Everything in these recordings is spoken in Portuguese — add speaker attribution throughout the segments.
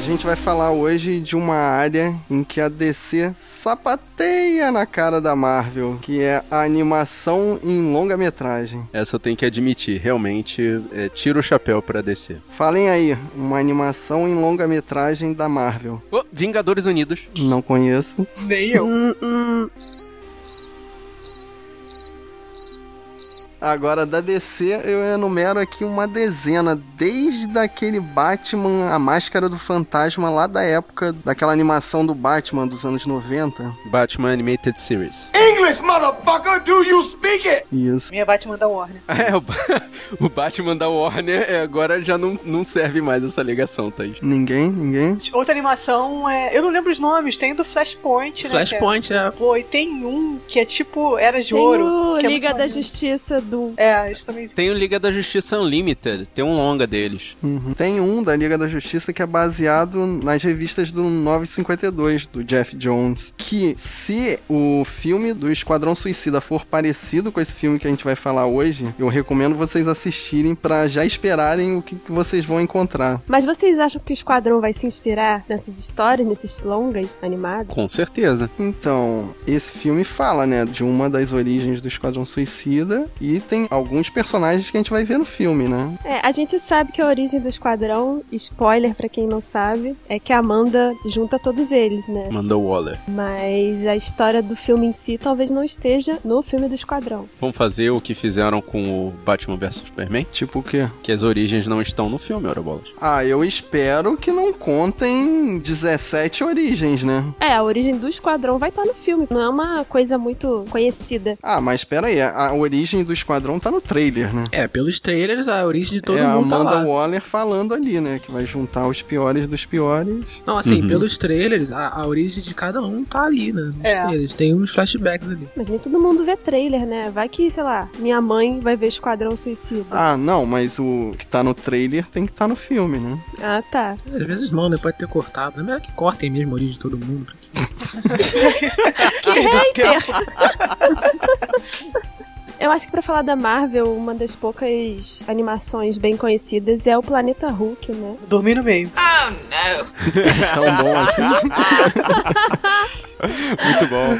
Speaker 1: gente vai falar hoje de uma área em que a DC sapateia na cara da Marvel, que é a animação em longa-metragem.
Speaker 2: Essa eu tenho que admitir, realmente, é, tira o chapéu pra DC.
Speaker 1: Falem aí, uma animação em longa-metragem da Marvel.
Speaker 2: Ô, Vingadores Unidos.
Speaker 1: Não conheço.
Speaker 3: Nem eu.
Speaker 1: Agora, da DC, eu enumero aqui uma dezena, desde aquele Batman, a Máscara do Fantasma, lá da época daquela animação do Batman dos anos 90.
Speaker 2: Batman Animated Series.
Speaker 3: English, motherfucker, do you speak it?
Speaker 1: Isso.
Speaker 4: Minha Batman da Warner.
Speaker 2: É, o, Ba- o Batman da Warner é, agora já não, não serve mais essa ligação, tá? Thaís.
Speaker 1: Ninguém? Ninguém?
Speaker 4: Outra animação é. Eu não lembro os nomes, tem o do Flashpoint, né?
Speaker 5: Flashpoint, é.
Speaker 4: que é- Pô, e tem um que é tipo Era de
Speaker 6: Tem
Speaker 4: Ouro.
Speaker 6: o
Speaker 4: que é
Speaker 6: Liga
Speaker 4: muito
Speaker 6: da
Speaker 4: maneiro.
Speaker 6: Justiça do.
Speaker 4: É, isso também.
Speaker 2: Tem o Liga da Justiça Unlimited, tem um longa deles.
Speaker 1: Uhum. Tem um da Liga da Justiça que é baseado nas revistas do 952, do Jeff Jones. Que se o filme do Esquadrão Suicida for parecido com esse filme que a gente vai falar hoje, eu recomendo vocês assistirem pra já esperarem o que que vocês vão encontrar.
Speaker 6: Mas vocês acham que o Esquadrão vai se inspirar nessas histórias, nesses longas animados?
Speaker 2: Com certeza.
Speaker 1: Então, esse filme fala, né, de uma das origens do Esquadrão Suicida e tem alguns personagens que a gente vai ver no filme, né?
Speaker 6: É, a gente sabe que a origem do Esquadrão, spoiler pra quem não sabe, é que a Amanda junta todos eles, né?
Speaker 2: Mandou Waller.
Speaker 6: Mas a história do filme em si talvez não esteja no filme do Esquadrão.
Speaker 2: Vão fazer o que fizeram com o Batman vs Superman?
Speaker 1: Tipo o quê?
Speaker 2: Que as origens não estão no filme, Ourobolas.
Speaker 1: Ah, eu espero que não contem 17 origens, né?
Speaker 6: É, a origem do Esquadrão vai estar no filme, não é uma coisa muito conhecida.
Speaker 1: Ah, mas pera aí, a a origem do esquadrão tá no trailer, né?
Speaker 5: É, pelos trailers, a origem de todo
Speaker 1: é a
Speaker 5: mundo tá
Speaker 1: Amanda
Speaker 5: lá.
Speaker 1: Waller falando ali, né? Que vai juntar os piores dos piores.
Speaker 5: Não, assim,
Speaker 2: Uhum.
Speaker 5: pelos trailers, a, a origem de cada um tá ali, né? Nos
Speaker 4: É.
Speaker 5: trailers. Tem uns flashbacks ali.
Speaker 6: Mas nem todo mundo vê trailer, né? Vai que, sei lá, minha mãe vai ver Esquadrão Suicida.
Speaker 1: Ah, não, mas o que tá no trailer tem que tá no filme, né?
Speaker 6: Ah, tá.
Speaker 5: Às vezes não, né? Pode ter cortado. É melhor que cortem mesmo a origem de todo mundo. pra quê?
Speaker 6: Eu acho que pra falar da Marvel, uma das poucas animações bem conhecidas é o Planeta Hulk, né?
Speaker 4: Dormi no meio.
Speaker 1: Tão bom assim.
Speaker 2: Muito bom.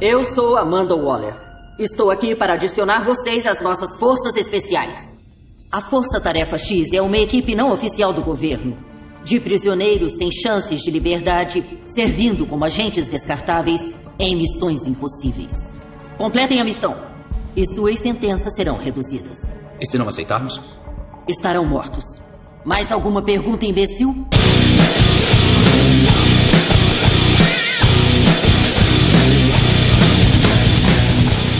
Speaker 7: Eu sou Amanda Waller. Estou aqui para adicionar vocês às nossas forças especiais. A Força Tarefa X é uma equipe não oficial do governo, de prisioneiros sem chances de liberdade, servindo como agentes descartáveis em missões impossíveis. Completem a missão e suas sentenças serão reduzidas.
Speaker 8: E se não aceitarmos?
Speaker 7: Estarão mortos. Mais alguma pergunta, imbecil?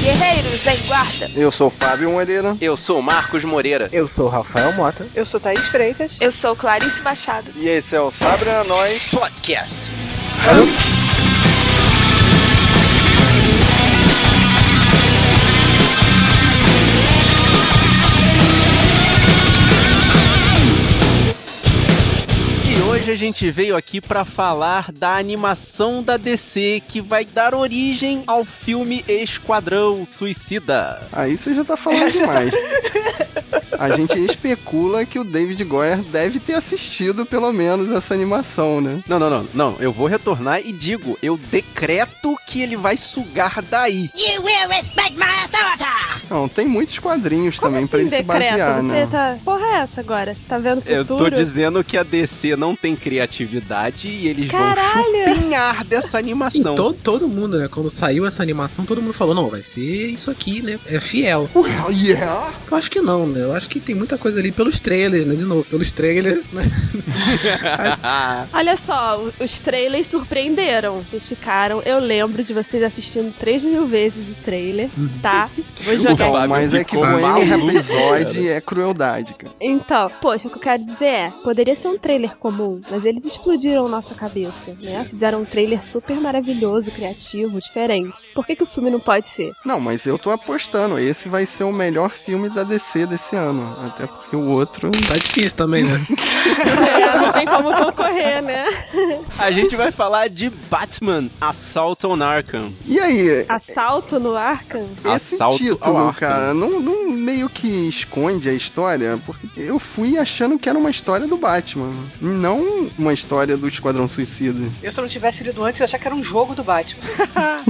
Speaker 9: Guerreiros em guarda.
Speaker 1: Eu sou o Fábio Moreira.
Speaker 2: Eu sou o Marcos Moreira.
Speaker 3: Eu sou o Rafael Mota.
Speaker 4: Eu sou Thaís Freitas.
Speaker 9: Eu sou Clarice Machado.
Speaker 1: E esse é o Sabre a Nós.
Speaker 2: Podcast. E hoje a gente veio aqui pra falar da animação da DC que vai dar origem ao filme Esquadrão Suicida.
Speaker 1: Aí você já tá falando demais. A gente especula que o David Goyer deve ter assistido pelo menos essa animação, né?
Speaker 2: Não, não, não, não. Eu vou retornar e digo, eu decreto que ele vai sugar daí.
Speaker 1: Não, tem muitos quadrinhos
Speaker 6: Como
Speaker 1: também
Speaker 6: assim,
Speaker 1: pra ele se
Speaker 6: decreto?
Speaker 1: basear,
Speaker 6: Você
Speaker 1: né?
Speaker 6: tá. Porra, é essa agora? Você tá vendo futuro?
Speaker 2: Eu tô dizendo que a DC não tem criatividade e eles
Speaker 6: Caralho!
Speaker 2: vão chupinhar dessa
Speaker 1: Então,
Speaker 5: E
Speaker 2: animação.
Speaker 5: todo, assim, todo mundo, né? Quando saiu essa animação, todo mundo falou, não, vai ser isso aqui, né? É fiel.
Speaker 1: Well, yeah!
Speaker 5: Eu acho que não, né? Eu acho que tem muita coisa ali pelos trailers, né? De novo, pelos trailers, né?
Speaker 6: Olha só, o- os trailers surpreenderam. Vocês ficaram. Eu lembro de vocês assistindo 3 mil vezes o trailer, tá? Vou
Speaker 2: O
Speaker 6: jogar.
Speaker 2: Fábio
Speaker 1: Então, mas é que
Speaker 2: ficou
Speaker 1: o
Speaker 2: maluco,
Speaker 1: episódio é crueldade, cara.
Speaker 6: Então, poxa, o que eu quero dizer é: poderia ser um trailer comum, mas eles explodiram nossa cabeça, né? Fizeram um trailer super maravilhoso, criativo, diferente. Por que, que o filme não pode ser?
Speaker 1: Não, mas eu tô apostando, esse vai ser o melhor filme da DC desse ano. ano. Até porque o outro.
Speaker 5: Tá difícil também, né?
Speaker 6: É, não tem como concorrer, né?
Speaker 2: A gente vai falar de Batman Assault on Arkham.
Speaker 1: E aí?
Speaker 6: Assalto no Arkham?
Speaker 1: Esse
Speaker 2: Assalto ao
Speaker 1: título,
Speaker 2: Arkham.
Speaker 1: cara, não, não meio que esconde a história, porque eu fui achando que era uma história do Batman, não uma história do Esquadrão Suicida.
Speaker 4: Eu, se eu não tivesse lido antes, eu ia achar que era um jogo do Batman.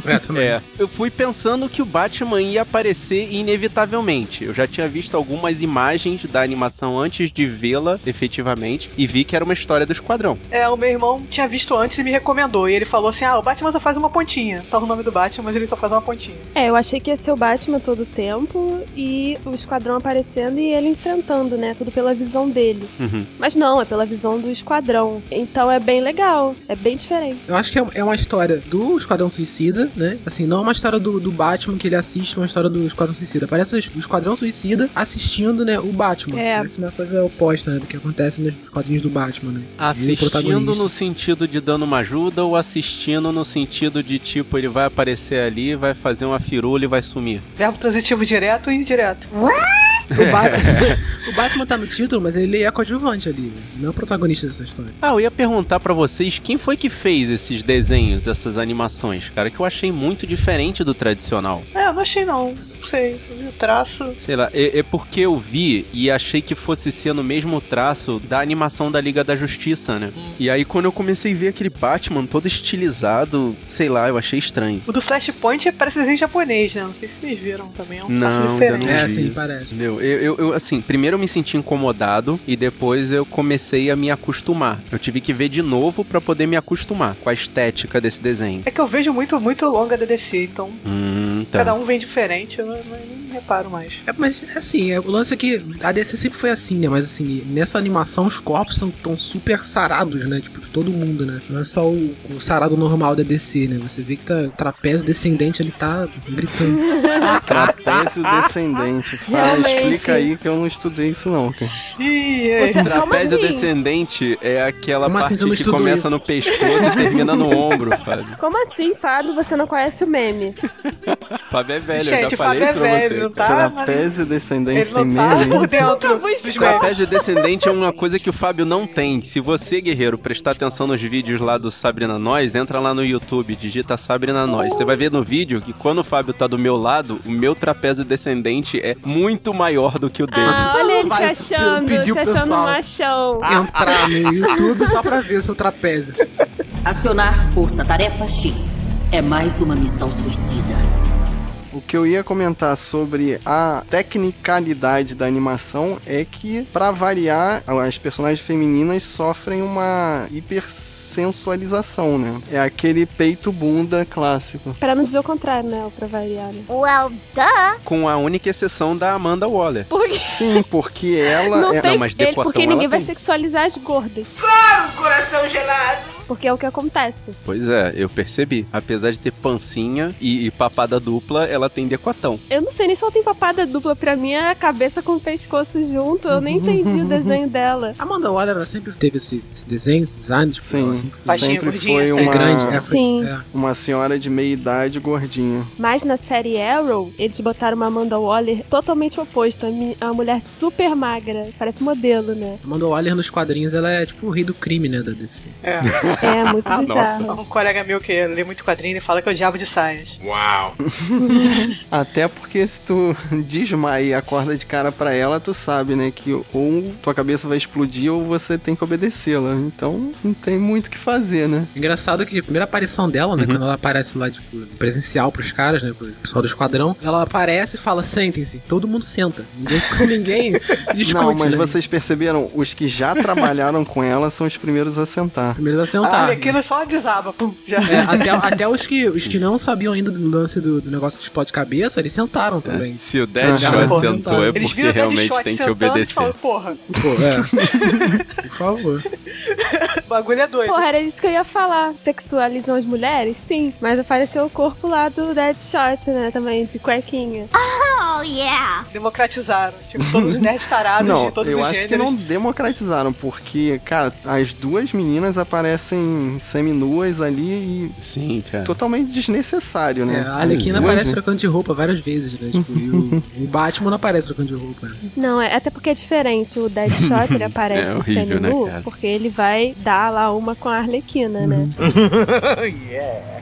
Speaker 5: É, também.
Speaker 2: Eu fui pensando que o Batman ia aparecer inevitavelmente. Eu já tinha visto algumas imagens da animação antes de vê-la efetivamente e vi que era uma história do Esquadrão.
Speaker 4: É, o meu irmão tinha visto antes e me recomendou. E ele falou assim: ah, o Batman só faz uma pontinha. Tá o nome do Batman, mas ele só faz uma pontinha.
Speaker 6: É, eu achei que ia ser o Batman todo o tempo e o esquadrão aparecendo e ele enfrentando, né? Tudo pela visão dele.
Speaker 2: Uhum.
Speaker 6: Mas não, é pela visão do esquadrão. Então é bem legal, é bem diferente.
Speaker 5: Eu acho que é é uma história do Esquadrão Suicida, né? Assim, não é uma história do, do Batman que ele assiste, é uma história do Esquadrão Suicida. Parece o Esquadrão Suicida assistindo, né, o Batman.
Speaker 6: É.
Speaker 5: Parece uma coisa oposta, né, do que acontece nos quadrinhos do Batman, né?
Speaker 2: Assistindo
Speaker 5: protagonista.
Speaker 2: no sentido de dando uma ajuda ou assistindo no sentido de tipo, ele vai aparecer ali, vai fazer uma firula e vai sumir.
Speaker 4: Verbo transitivo direto e indireto.
Speaker 2: É.
Speaker 5: O Batman, o Batman tá no título, mas ele é coadjuvante ali, né? não é o protagonista dessa história.
Speaker 2: Ah, eu ia perguntar pra vocês quem foi que fez esses desenhos, essas animações, cara, que eu achei muito diferente do tradicional.
Speaker 4: É, eu não achei não. Não sei. O traço.
Speaker 2: Sei lá, é, é porque eu vi e achei que fosse ser no mesmo traço da animação da Liga da Justiça, né? E aí quando eu comecei a ver aquele Batman todo estilizado, sei lá, eu achei estranho.
Speaker 4: O do Flashpoint parece desenho japonês, né? Não sei se vocês viram também. É um traço
Speaker 2: Não,
Speaker 4: diferente.
Speaker 2: ainda
Speaker 5: É,
Speaker 2: vi.
Speaker 5: assim, parece.
Speaker 2: Entendeu? Eu, eu, eu, assim, primeiro eu me senti incomodado e depois eu comecei a me acostumar. Eu tive que ver de novo pra poder me acostumar com a estética desse desenho.
Speaker 4: É que eu vejo muito, muito longa da DC, então
Speaker 2: Hum, tá.
Speaker 4: cada um vem diferente, eu não, nem reparo mais.
Speaker 5: É, mas assim, é, o lance é que a DC sempre foi assim, né? Mas assim, nessa animação os corpos são tão super sarados, né? Tipo, de todo mundo, né? Não é só o, o sarado normal da DC, né? Você vê que tá, o trapézio descendente ele tá gritando.
Speaker 1: Trapézio descendente. Fala,
Speaker 6: Realmente.
Speaker 1: explica aí que eu não estudei isso, não, cara.
Speaker 4: Ih, é.
Speaker 6: Você fica
Speaker 2: Trapézio
Speaker 6: assim?
Speaker 2: descendente é aquela
Speaker 5: Como assim
Speaker 2: parte
Speaker 5: você não
Speaker 2: que
Speaker 5: estudou
Speaker 2: começa
Speaker 5: isso?
Speaker 2: no pescoço e termina no ombro, Fábio.
Speaker 6: Como assim, Fábio? Você não conhece o meme?
Speaker 2: Fábio é velho, eu
Speaker 4: Gente,
Speaker 2: já
Speaker 4: o Fábio
Speaker 2: falei
Speaker 4: é
Speaker 2: isso pra
Speaker 4: velho, não
Speaker 2: você.
Speaker 4: tá? Mas
Speaker 1: Trapézio descendente
Speaker 4: ele
Speaker 1: tem
Speaker 4: não tá
Speaker 1: meme.
Speaker 4: por
Speaker 1: hein?
Speaker 4: dentro
Speaker 6: vou
Speaker 4: dos
Speaker 6: estudar.
Speaker 4: memes.
Speaker 2: Trapézio descendente é uma coisa que o Fábio não tem. Se você, guerreiro, prestar atenção nos vídeos lá do Sabrina Nós, entra lá no YouTube, digita Sabrina Nós. Você vai ver no vídeo que quando o Fábio tá do meu lado, o meu trapézio descendente é muito maior do que o dele.
Speaker 6: Ah,
Speaker 5: você
Speaker 6: olha
Speaker 5: não
Speaker 6: ele se
Speaker 5: vai
Speaker 6: achando,
Speaker 5: pedir
Speaker 6: se
Speaker 5: o
Speaker 6: achando
Speaker 5: pessoal. Ah.
Speaker 6: machão.
Speaker 5: Entrar no YouTube só pra ver o seu trapézio.
Speaker 7: Acionar Força Tarefa X. É mais uma missão suicida.
Speaker 1: O que eu ia comentar sobre a tecnicalidade da animação é que, pra variar, as personagens femininas sofrem uma hipersensualização, né? É aquele peito bunda clássico.
Speaker 6: Pra não dizer o contrário, né? Pra variar, né?
Speaker 8: Well,
Speaker 4: Ah.
Speaker 2: Com a única exceção da Amanda Waller.
Speaker 6: Porque
Speaker 1: Sim, porque ela
Speaker 6: não
Speaker 1: é
Speaker 6: tem
Speaker 2: não, mas
Speaker 6: ele,
Speaker 2: decotão
Speaker 6: porque
Speaker 2: ela
Speaker 6: ninguém vai
Speaker 2: tem.
Speaker 6: sexualizar as gordas.
Speaker 3: Coração gelado.
Speaker 6: Porque é o que acontece.
Speaker 2: Pois é, eu percebi. Apesar de ter pancinha e, e papada dupla, ela tem decotão.
Speaker 6: Eu não sei nem se ela tem papada dupla. Pra mim é a cabeça com o pescoço junto. Eu nem entendi o desenho dela.
Speaker 5: Amanda Waller ela sempre teve esse, esse desenho, esse design, tipo,
Speaker 1: Sim,
Speaker 5: ela sempre
Speaker 4: Baixinha,
Speaker 1: sempre
Speaker 4: gordinha,
Speaker 1: foi
Speaker 4: sempre.
Speaker 5: foi grande. É,
Speaker 1: uma,
Speaker 5: foi-
Speaker 6: Sim.
Speaker 5: é.
Speaker 1: uma senhora de meia idade gordinha.
Speaker 6: Mas na série Arrow, eles botaram uma Amanda Waller totalmente oposta. a mi- A mulher super magra. Parece modelo, né?
Speaker 5: Amanda Waller nos quadrinhos ela é tipo o rei do crime, né, da DC.
Speaker 4: É.
Speaker 6: É muito bizarro.
Speaker 2: nossa.
Speaker 4: Um colega meu que lê muito quadrinho ele fala que é o diabo de saias.
Speaker 1: Até porque se tu desmaia e acorda de cara pra ela, tu sabe, né? Que ou tua cabeça vai explodir ou você tem que obedecê-la. Então não tem muito o que fazer, né?
Speaker 5: Engraçado que a primeira aparição dela,
Speaker 1: Uhum.
Speaker 5: né? Quando ela aparece lá, tipo, presencial pros caras, né? Pro pessoal do esquadrão, ela aparece e fala, sentem-se. Todo mundo senta. Ninguém, ninguém discute.
Speaker 1: não, mas
Speaker 5: né?
Speaker 1: vocês perceberam? Os que já trabalharam com ela são os primeiros a sentar.
Speaker 5: Primeiro a
Speaker 4: Ah,
Speaker 6: tá.
Speaker 5: sentar.
Speaker 4: Olha, aquilo só desaba. Pum, já.
Speaker 5: É, até, até os, que, os que não sabiam ainda do lance do, do negócio que explode cabeça, eles
Speaker 1: É.
Speaker 5: sentaram também.
Speaker 2: Se o
Speaker 1: Ah,
Speaker 2: Deadshot
Speaker 5: porra,
Speaker 2: sentou, é
Speaker 5: não tá.
Speaker 4: Eles
Speaker 2: porque
Speaker 4: viram o
Speaker 2: realmente
Speaker 4: Deadshot
Speaker 2: tem que
Speaker 4: sentando e
Speaker 2: obedecer.
Speaker 4: falam, porra,
Speaker 5: Pô, é. Por favor.
Speaker 4: o bagulho é doido.
Speaker 6: Porra, era isso que eu ia falar. Sexualizam as mulheres? Sim. Mas apareceu o corpo lá do Deadshot, né? Também, de cuequinha.
Speaker 8: oh yeah!
Speaker 4: Democratizaram. Tipo, todos os nerds tarados de
Speaker 1: Não,
Speaker 4: todos
Speaker 1: eu
Speaker 4: os
Speaker 1: acho que
Speaker 4: gêneros.
Speaker 1: não democratizaram, porque, cara, as duas meninas aparecem seminuas ali e
Speaker 2: Sim, cara.
Speaker 1: totalmente desnecessário, né?
Speaker 5: É, a Arlequina
Speaker 1: As duas,
Speaker 5: aparece
Speaker 1: né?
Speaker 5: trocando de roupa várias vezes, né? Tipo, e o, o Batman não aparece trocando de roupa. né?
Speaker 6: Não, é, até porque é diferente. O Deadshot ele aparece
Speaker 2: É horrível,
Speaker 6: semi-nu,
Speaker 2: né, cara?
Speaker 6: porque ele vai dar lá uma com a Arlequina, né?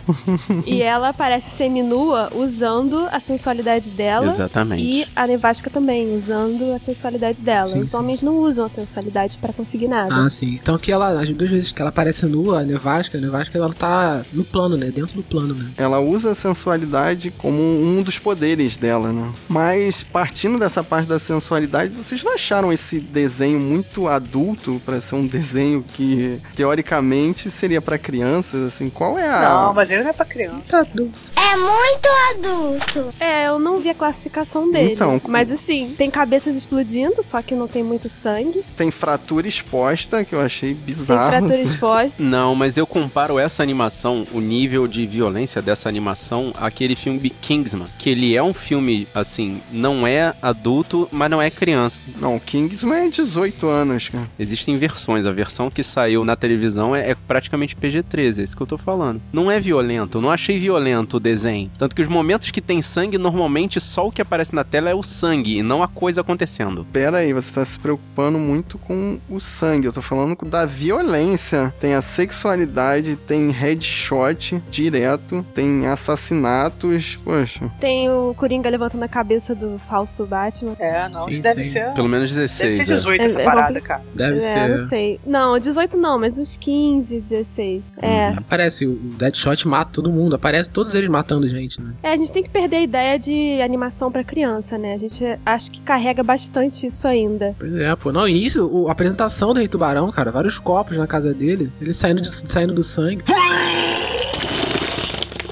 Speaker 2: Uhum.
Speaker 6: E ela aparece seminua usando a sensualidade dela.
Speaker 2: Exatamente.
Speaker 6: E a Nevasca também, usando a sensualidade dela.
Speaker 5: Sim,
Speaker 6: Os
Speaker 5: sim.
Speaker 6: homens não usam a sensualidade pra conseguir nada.
Speaker 5: Ah, sim. Então que ela, as duas vezes que ela aparece nua, a nevasca, a nevasca ela tá no plano, né? Dentro do plano, né?
Speaker 1: Ela usa a sensualidade como um dos poderes dela, né? Mas partindo dessa parte da sensualidade, vocês não acharam esse desenho muito adulto pra ser um desenho que teoricamente seria pra crianças, assim? Qual é a
Speaker 4: Não, mas ele não é pra criança.
Speaker 5: Tá do-
Speaker 8: É muito adulto!
Speaker 6: É, eu não vi a classificação dele.
Speaker 1: Então,
Speaker 6: mas assim, tem cabeças explodindo, só que não tem muito sangue.
Speaker 1: tem fratura exposta que eu achei
Speaker 6: Tem
Speaker 1: bizarro? assim.
Speaker 6: fratura exposta.
Speaker 2: Não, mas eu comparo essa animação, o nível de violência dessa animação, àquele filme Kingsman, que ele é um filme, assim, não é adulto, mas não é criança.
Speaker 1: Não, Kingsman é 18 anos, cara.
Speaker 2: Existem versões, a versão que saiu na televisão é, é praticamente PG-13, é isso que eu tô falando. Não é violento, eu não achei violento o desenho. Tanto que os momentos que tem sangue, normalmente só o que aparece na tela é o sangue, e não a coisa acontecendo.
Speaker 1: Pera aí, você tá se preocupando muito com o sangue. Eu tô falando da violência. Tem a sexualidade, tem headshot direto, tem assassinatos. Poxa,
Speaker 6: Tem o Coringa levantando a cabeça do falso Batman.
Speaker 4: É, não.
Speaker 5: Sim,
Speaker 4: isso deve
Speaker 5: sim.
Speaker 4: ser.
Speaker 2: Pelo menos
Speaker 4: Deve
Speaker 2: 16,
Speaker 4: ser
Speaker 2: é.
Speaker 4: 18
Speaker 6: é.
Speaker 4: essa
Speaker 6: Então. É, é
Speaker 4: parada,
Speaker 6: compli-
Speaker 4: cara.
Speaker 5: Deve
Speaker 6: é,
Speaker 5: ser.
Speaker 6: não sei. Não, 18 não, mas uns 15, 16. É.
Speaker 5: Aparece, o Deadshot mata todo mundo, aparece todos eles matando gente, né?
Speaker 6: É, a gente tem que perder a ideia de animação pra criança, né? A gente acho que carrega bastante isso ainda.
Speaker 5: Pois é, pô. Não, e isso, o- a apresentação do Rei Tubarão, cara, vários copos na casa dele, ele saindo, de- saindo do sangue.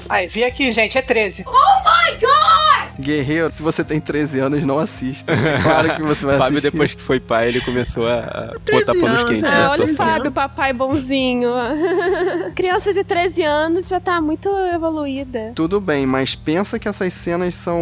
Speaker 4: Aí, vi aqui, gente, é 13.
Speaker 1: guerreiro, se você tem 13 anos, não assista. É Claro que você vai
Speaker 2: Fábio,
Speaker 1: assistir.
Speaker 2: depois que foi pai, ele começou a, a botar
Speaker 5: 13
Speaker 2: panos
Speaker 5: anos,
Speaker 2: quentes
Speaker 5: é,
Speaker 2: na
Speaker 6: É, olha o
Speaker 2: situação.
Speaker 6: Fábio, papai bonzinho. Criança de 13 anos já tá muito evoluída.
Speaker 1: Tudo bem, mas pensa que essas cenas são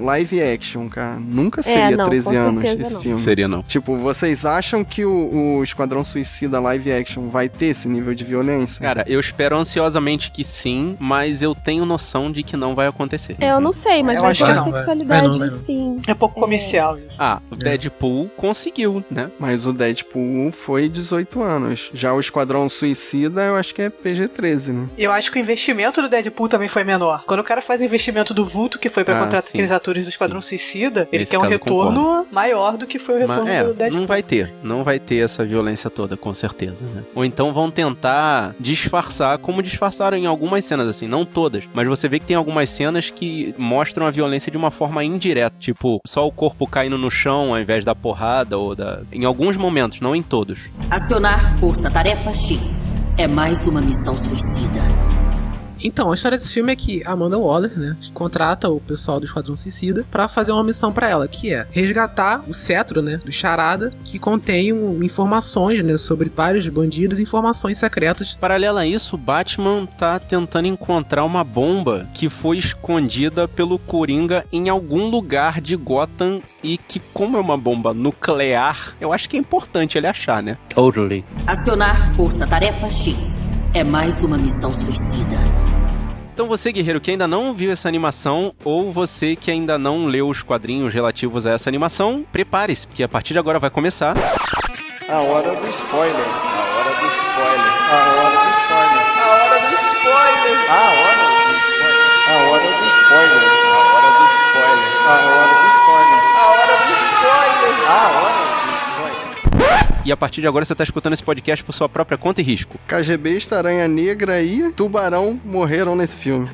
Speaker 1: live action, cara. Nunca seria
Speaker 6: É, não, com
Speaker 1: 13 anos
Speaker 6: certeza
Speaker 1: esse
Speaker 6: não.
Speaker 1: filme.
Speaker 2: Seria não.
Speaker 1: Tipo, vocês acham que o, o Esquadrão Suicida live action vai ter esse nível de violência?
Speaker 2: Cara, eu espero ansiosamente que sim, mas eu tenho noção de que não vai acontecer.
Speaker 6: É, Eu não sei, mas
Speaker 4: Eu
Speaker 6: vai
Speaker 4: acho
Speaker 6: ter
Speaker 4: que
Speaker 6: a
Speaker 4: não,
Speaker 5: vai.
Speaker 6: sexualidade
Speaker 5: Vai não, vai não.
Speaker 6: sim.
Speaker 4: É pouco comercial isso.
Speaker 2: Ah, o Deadpool conseguiu, né?
Speaker 1: Mas o Deadpool um foi 18 anos. Já o Esquadrão Suicida, eu acho que é PG-13, né?
Speaker 4: E eu acho que o investimento do Deadpool também foi menor. Quando o cara faz investimento do vulto, que foi pra
Speaker 2: Ah,
Speaker 4: contratar
Speaker 2: sim.
Speaker 4: aqueles atores do Esquadrão Suicida, ele
Speaker 2: Nesse
Speaker 4: tem um
Speaker 2: caso,
Speaker 4: retorno maior do que foi o retorno
Speaker 2: Mas, é,
Speaker 4: do Deadpool.
Speaker 2: não vai ter. Não vai ter essa violência toda, com certeza, né? Ou então vão tentar disfarçar, como disfarçaram em algumas cenas, assim, não todas. Mas você vê que tem algumas cenas que mostram a violência de uma forma indireta. Tipo, só o corpo caindo no chão ao invés da porrada ou da. Em alguns momentos, não em todos.
Speaker 7: Acionar Força Tarefa X. É mais uma missão suicida.
Speaker 5: Então, a história desse filme é que a Amanda Waller, né, contrata o pessoal do Esquadrão Suicida pra fazer uma missão pra ela, que é resgatar o cetro, né, do Charada, que contém um, informações, né, sobre vários bandidos, informações secretas.
Speaker 2: Paralelo a isso, o Batman tá tentando encontrar uma bomba que foi escondida pelo Coringa em algum lugar de Gotham e que, como é uma bomba nuclear, eu acho que é importante ele achar, né?
Speaker 10: Totally.
Speaker 7: Acionar Força Tarefa X. É mais uma missão suicida.
Speaker 2: Então você, guerreiro, que ainda não viu essa animação, ou você que ainda não leu os quadrinhos relativos a essa animação, prepare-se, porque a partir de agora vai começar.
Speaker 1: A hora do spoiler. A hora do spoiler. A hora do spoiler. A hora do spoiler. A hora do spoiler. A hora do spoiler. A hora do spoiler. A hora do spoiler. A hora do spoiler. A hora do spoiler.
Speaker 2: E a partir de agora você tá escutando esse podcast por sua própria conta e risco.
Speaker 1: KGB, Aranha Negra e Tubarão morreram nesse filme.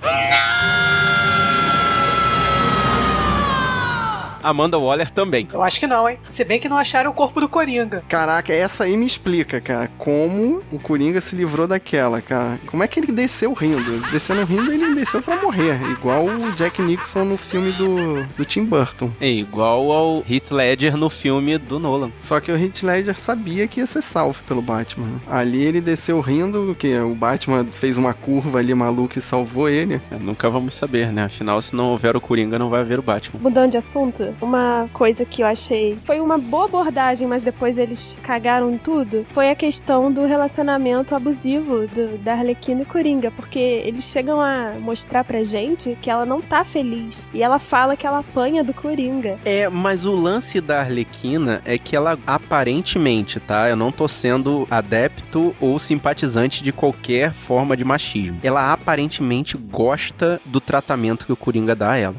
Speaker 2: Amanda Waller também.
Speaker 4: Eu acho que não, hein? Se bem que não acharam o corpo do Coringa.
Speaker 1: Caraca, essa aí me explica, cara, como o Coringa se livrou daquela, cara. Como é que ele desceu rindo? Descendo rindo, ele desceu pra morrer, igual o Jack Nixon no filme do, do Tim Burton.
Speaker 2: É igual ao Heath Ledger no filme do Nolan.
Speaker 1: Só que o Heath Ledger sabia que ia ser salvo pelo Batman. Ali ele desceu rindo, que o Batman fez uma curva ali maluca e salvou ele.
Speaker 2: É, nunca vamos saber, né? Afinal, se não houver o Coringa, não vai haver o Batman.
Speaker 6: Mudando de assunto, Agora, uma coisa que eu achei foi uma boa abordagem, mas depois eles cagaram tudo, foi a questão do relacionamento abusivo do, da Arlequina e Coringa, porque eles chegam a mostrar pra gente que ela não tá feliz e ela fala que ela apanha do Coringa.
Speaker 2: É, mas o lance da Arlequina é que ela aparentemente, tá? Eu não tô sendo adepto ou simpatizante de qualquer forma de machismo. Ela aparentemente gosta do tratamento que o Coringa dá a ela.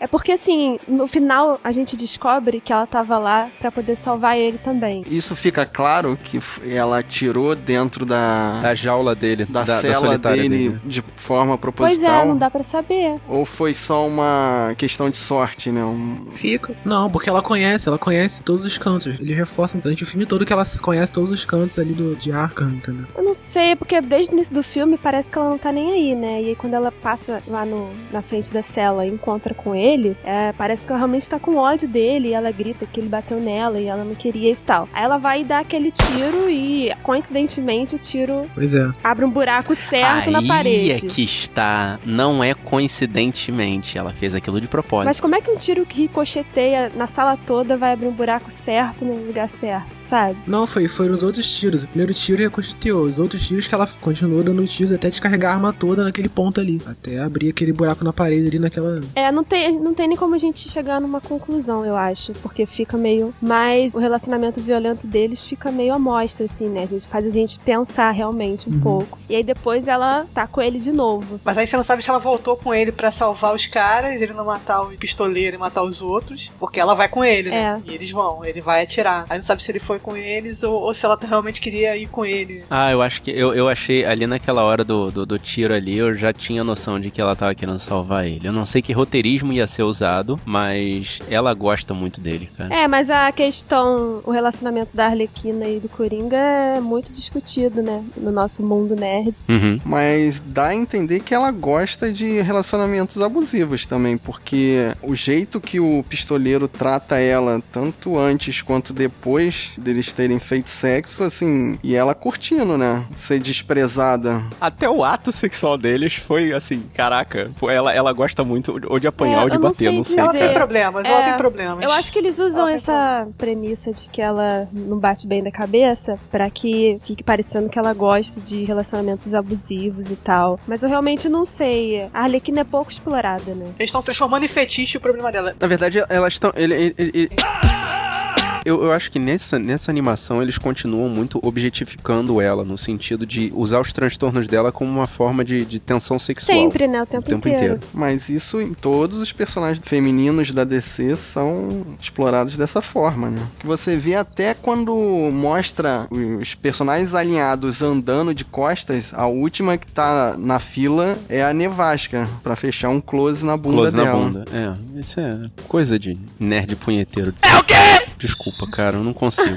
Speaker 6: É porque assim, no final a gente descobre que ela tava lá pra poder salvar ele também.
Speaker 1: Isso fica claro que f- ela tirou dentro da,
Speaker 2: Da jaula dele,
Speaker 1: da,
Speaker 2: da, da
Speaker 1: cela
Speaker 2: solitária
Speaker 1: dele,
Speaker 2: dele.
Speaker 1: de forma
Speaker 6: Pois é,
Speaker 1: proposital.
Speaker 6: não dá pra saber.
Speaker 1: ou foi só uma questão de sorte, né? Um-
Speaker 5: Fica. Não, porque ela conhece, ela conhece todos os cantos. Eles reforçam durante o filme todo que ela conhece todos os cantos ali do, de Arkham, entendeu?
Speaker 6: Eu não sei, porque desde o início do filme parece que ela não tá nem aí, né? E aí quando ela passa lá no, na frente da cela e encontra com ele, é, parece que ela realmente tá com ódio dele e ela grita que ele bateu nela e ela não queria isso e tal. Aí ela vai dar aquele tiro e, coincidentemente, o tiro
Speaker 5: Pois é.
Speaker 6: abre um buraco certo na parede.
Speaker 2: é que está. Não é coincidentemente. Ela fez aquilo de propósito.
Speaker 6: Mas como é que um tiro que ricocheteia na sala toda vai abrir um buraco certo no lugar certo, sabe?
Speaker 5: Não, foi, foram os outros tiros. O primeiro tiro reconstituiu. Os outros tiros que ela continuou dando tiros até descarregar a arma toda naquele ponto ali. Até abrir aquele buraco na parede ali naquela.
Speaker 6: É, não tem, não tem nem como a gente chegar numa conclusão, eu acho, porque fica meio. Mas o relacionamento violento deles fica meio à mostra, assim, né? A gente faz a gente pensar realmente um pouco. E aí depois ela tá com ele de novo.
Speaker 4: Mas aí você não sabe se ela voltou com ele pra salvar os caras, ele não matar o pistoleiro e matar os outros, porque ela vai com ele, né?
Speaker 6: É.
Speaker 4: E eles vão, ele vai atirar. Aí não sabe se ele foi com eles ou, ou se ela realmente queria ir com ele.
Speaker 2: Ah, eu acho que. Eu, eu achei ali naquela hora do, do, do tiro ali, eu já tinha noção de que ela tava querendo salvar ele. Eu não sei que roteirismo ia ser usado, mas ela gosta muito dele, cara.
Speaker 6: É, mas a questão, o relacionamento da Arlequina e do Coringa é muito discutido, né? No nosso mundo nerd.
Speaker 2: Uhum.
Speaker 1: Mas dá a entender que ela gosta de relacionamentos abusivos também, porque o jeito que o pistoleiro trata ela, tanto antes quanto depois deles terem feito sexo, assim, e ela curtindo, né? Ser desprezada.
Speaker 2: Até o ato sexual deles foi assim, caraca, pô, ela, ela gosta muito ou de apanhar
Speaker 6: É,
Speaker 2: ou de
Speaker 6: eu não
Speaker 2: bater,
Speaker 6: sei
Speaker 2: não sei.
Speaker 6: dizer.
Speaker 4: Ela tem
Speaker 2: cara.
Speaker 4: problemas, ela
Speaker 6: É,
Speaker 4: tem problemas.
Speaker 6: Eu acho que eles usam
Speaker 4: Ela tá tem
Speaker 6: essa premissa de que ela não bate bem da cabeça pra que fique parecendo que ela gosta de relacionamentos abusivos e tal. Mas eu realmente não sei. A Arlequina é pouco explorada, né?
Speaker 4: Eles estão transformando em fetiche o problema dela.
Speaker 2: Na verdade, elas estão. Ele, ele- ele- ele- Eu, eu acho que nessa, nessa animação eles continuam muito objetificando ela, no sentido de usar os transtornos dela como uma forma de, de tensão sexual.
Speaker 6: Sempre, né? O tempo, inteiro.
Speaker 1: Mas isso em todos os personagens femininos da DC são explorados dessa forma, né? Que você vê até quando mostra os personagens alinhados andando de costas, a última que tá na fila é a Nevasca, pra fechar um close na bunda
Speaker 2: Close na
Speaker 1: dela.
Speaker 2: bunda. É, isso é coisa de nerd punheteiro.
Speaker 9: É o quê?
Speaker 2: Desculpa, cara, eu não consigo.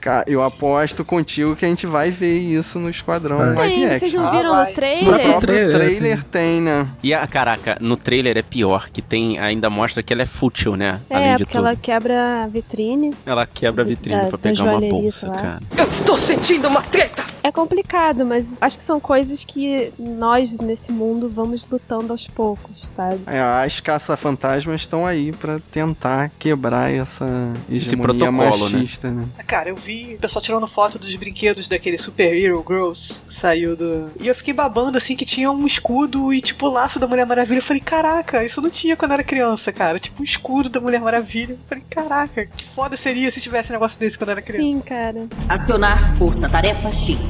Speaker 1: Cara, eu aposto contigo que a gente vai ver isso no Esquadrão
Speaker 5: Vai.
Speaker 1: Live
Speaker 6: Tem, vocês
Speaker 1: Action.
Speaker 6: não
Speaker 4: Ah, vai.
Speaker 6: viram no
Speaker 1: O
Speaker 5: Não é
Speaker 6: trailer?
Speaker 5: pra-
Speaker 1: próprio
Speaker 5: Trailer,
Speaker 1: trailer tem, né?
Speaker 2: e a caraca, no trailer é pior, que tem ainda mostra que ela é fútil, né? Além
Speaker 6: É,
Speaker 2: de
Speaker 6: porque
Speaker 2: tudo.
Speaker 6: ela
Speaker 2: Ela...
Speaker 6: quebra a vitrine.
Speaker 2: quebra a vitrine
Speaker 6: Da-
Speaker 2: pra
Speaker 6: da
Speaker 2: pegar uma
Speaker 6: joalheria,
Speaker 2: bolsa,
Speaker 6: sei lá.
Speaker 2: cara.
Speaker 9: Eu estou sentindo uma treta!
Speaker 6: É complicado, mas acho que são coisas que nós, nesse mundo, vamos lutando aos poucos, sabe?
Speaker 1: É, As caça-fantasmas estão aí pra tentar quebrar essa
Speaker 2: Esse
Speaker 1: hegemonia
Speaker 2: protocolo, né?
Speaker 1: machista, né?
Speaker 4: Cara, eu vi o pessoal tirando foto dos brinquedos daquele Super Hero Girls que saiu do. E eu fiquei babando assim que tinha um escudo e tipo o laço da Mulher Maravilha. Eu falei, caraca, isso não tinha quando eu era criança, cara. Tipo um escudo da Mulher Maravilha. Eu falei, caraca, que foda seria se tivesse um negócio desse quando eu era criança.
Speaker 6: Sim, cara.
Speaker 7: Acionar Força Tarefa X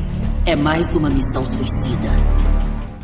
Speaker 7: é mais uma missão suicida.